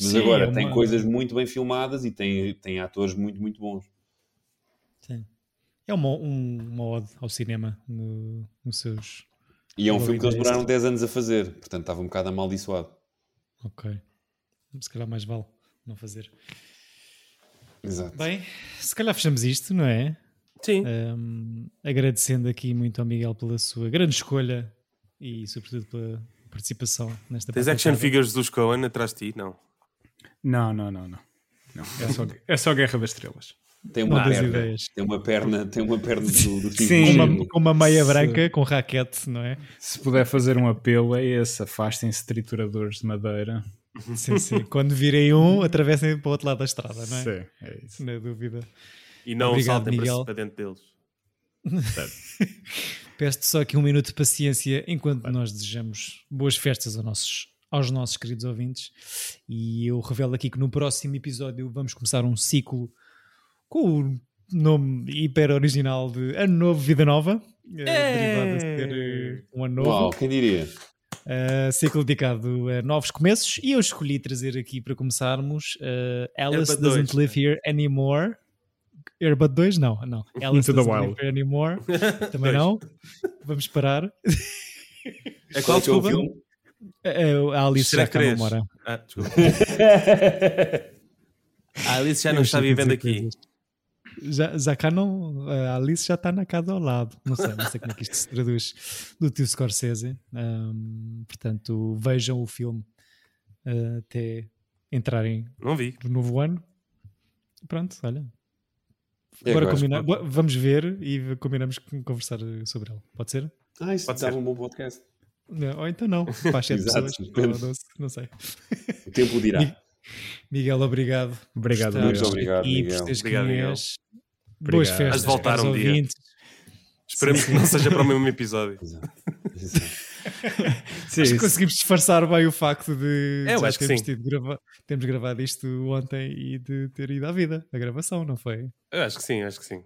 D: Mas
B: Sim,
D: agora
B: é
D: tem
B: uma-
D: coisas muito bem filmadas e tem, tem atores muito, muito bons.
B: Sim. É uma, um, uma ode ao cinema no, nos seus.
D: E é um
B: Eu
D: filme que eles
B: ouvi
D: demoraram 10 anos a fazer, portanto estava um bocado amaldiçoado.
B: Ok. Se calhar mais vale não fazer.
D: Exato.
B: Bem, se calhar fechamos isto, não é?
C: Sim.
B: Um, agradecendo aqui muito ao Miguel pela sua grande escolha e sobretudo pela participação nesta
C: Tens
B: batatada.
D: é
C: action figures dos Coen atrás de ti? Não.
A: Não, não, não, não. não é, só, é só Guerra das Estrelas.
D: Tem
B: Não
D: uma
B: das
D: perna,
B: ideias.
D: tem uma perna, tem uma perna do, do Steve
A: Sim.
B: Com
D: Jobs.
B: uma, com uma meia branca, com raquete, não é?
A: Se puder fazer um apelo, é esse. Afastem-se trituradores de madeira.
B: Sim, sim. Quando virem um, atravessem para o outro lado da estrada, não é?
A: Sim, é isso.
B: Na dúvida.
C: E não
B: Obrigado,
C: saltem para,
B: Miguel.
C: para dentro deles.
B: Peço-te só aqui um minuto de paciência enquanto nós desejamos boas festas aos nossos, aos nossos queridos ouvintes. E eu revelo aqui que no próximo episódio vamos começar um ciclo com o nome hiper original de Ano Novo, Vida Nova. eh, Derivado a ser eh, um ano novo.
D: Uau, quem diria?
B: Eh, ciclo dedicado a novos começos. E eu escolhi trazer aqui para começarmos eh, Alice
C: Airbud
B: Doesn't
C: 2,
A: né?
B: Live Here Anymore. Airbud 2, não, não. Alice
A: Into the
B: Doesn't Live
A: Wild.
B: Here Anymore. Também não. Vamos parar. Eh,
C: É
D: Qual
C: qual
D: é que é o
C: desculpa?
D: filme?
B: É, o- a Alice
C: Será
B: já cá
C: três?
B: não mora.
C: Ah, desculpa. A Alice já não
B: Eu
C: está
B: chego a
C: vivendo
B: dizer
C: aqui.
B: coisas. Já, já cá não. eh, A Alice já está na casa ao lado. Não sei, não sei como é que isto se traduz do tio Scorsese. Ahm, portanto, vejam o filme ah, até entrarem
C: Não vi.
B: no novo ano. Pronto, olha.
D: É,
B: Agora
D: eu acho
B: combina-
D: que-
B: bo- vamos ver e combinamos com- conversar eh, sobre ele. Pode ser?
D: Ah, isso
C: Pode
D: estava
C: ser.
D: um bom podcast.
B: Não, ou então não. Para as sete
D: Exato,
B: pessoas.
D: depende.
B: ou doze, não sei.
D: O tempo dirá.
B: Miguel, obrigado.
A: Obrigado,
B: Por
A: Miguel.
D: Muito obrigado,
B: e
D: Miguel.
B: por teres
C: Obrigado,
B: quem
C: Miguel.
B: és. Boas
A: Obrigado.
B: festas.
C: Has de voltar
B: caros
C: um dia.
B: ouvintes.
C: Esperemos que não seja para o mesmo episódio.
D: Exato. Exato.
A: Sim,
B: Acho que
A: isso.
B: conseguimos disfarçar bem o facto de
C: Eu
B: já
C: acho que
B: termos,
C: sim.
B: tido grava- termos gravado isto ontem e de ter ido à vida a gravação, não foi?
C: Eu acho que sim, acho que sim.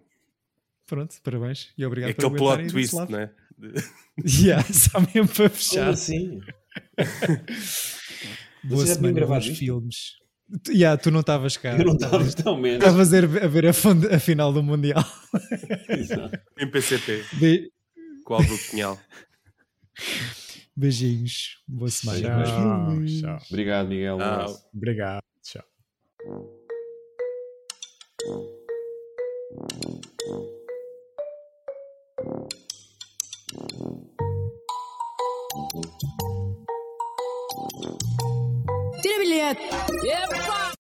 B: Pronto, parabéns e
C: É
B: obrigado
C: aquele
B: aguentarem desse
C: plot twist,
B: lado.
C: não é?
B: Yeah, só mesmo para
D: Já
B: fechar.
D: sim.
B: Boa
D: já tinham
B: semana,
D: gravado
B: bons
D: isto?
B: filmes. Tu, yeah, tu não estavas cá.
D: Eu não estava tão menos.
B: Estavas a ver a, ver a fund- a final do Mundial.
D: Exato.
C: Em PCP,
B: Be-
C: com o Álvaro Cunhal.
B: beijinhos. Boa semana.
A: Tchau, tchau.
D: Obrigado, Miguel. Um
C: Ah,
D: abraço.
A: Obrigado, tchau.
K: Tira bilhete! Epa!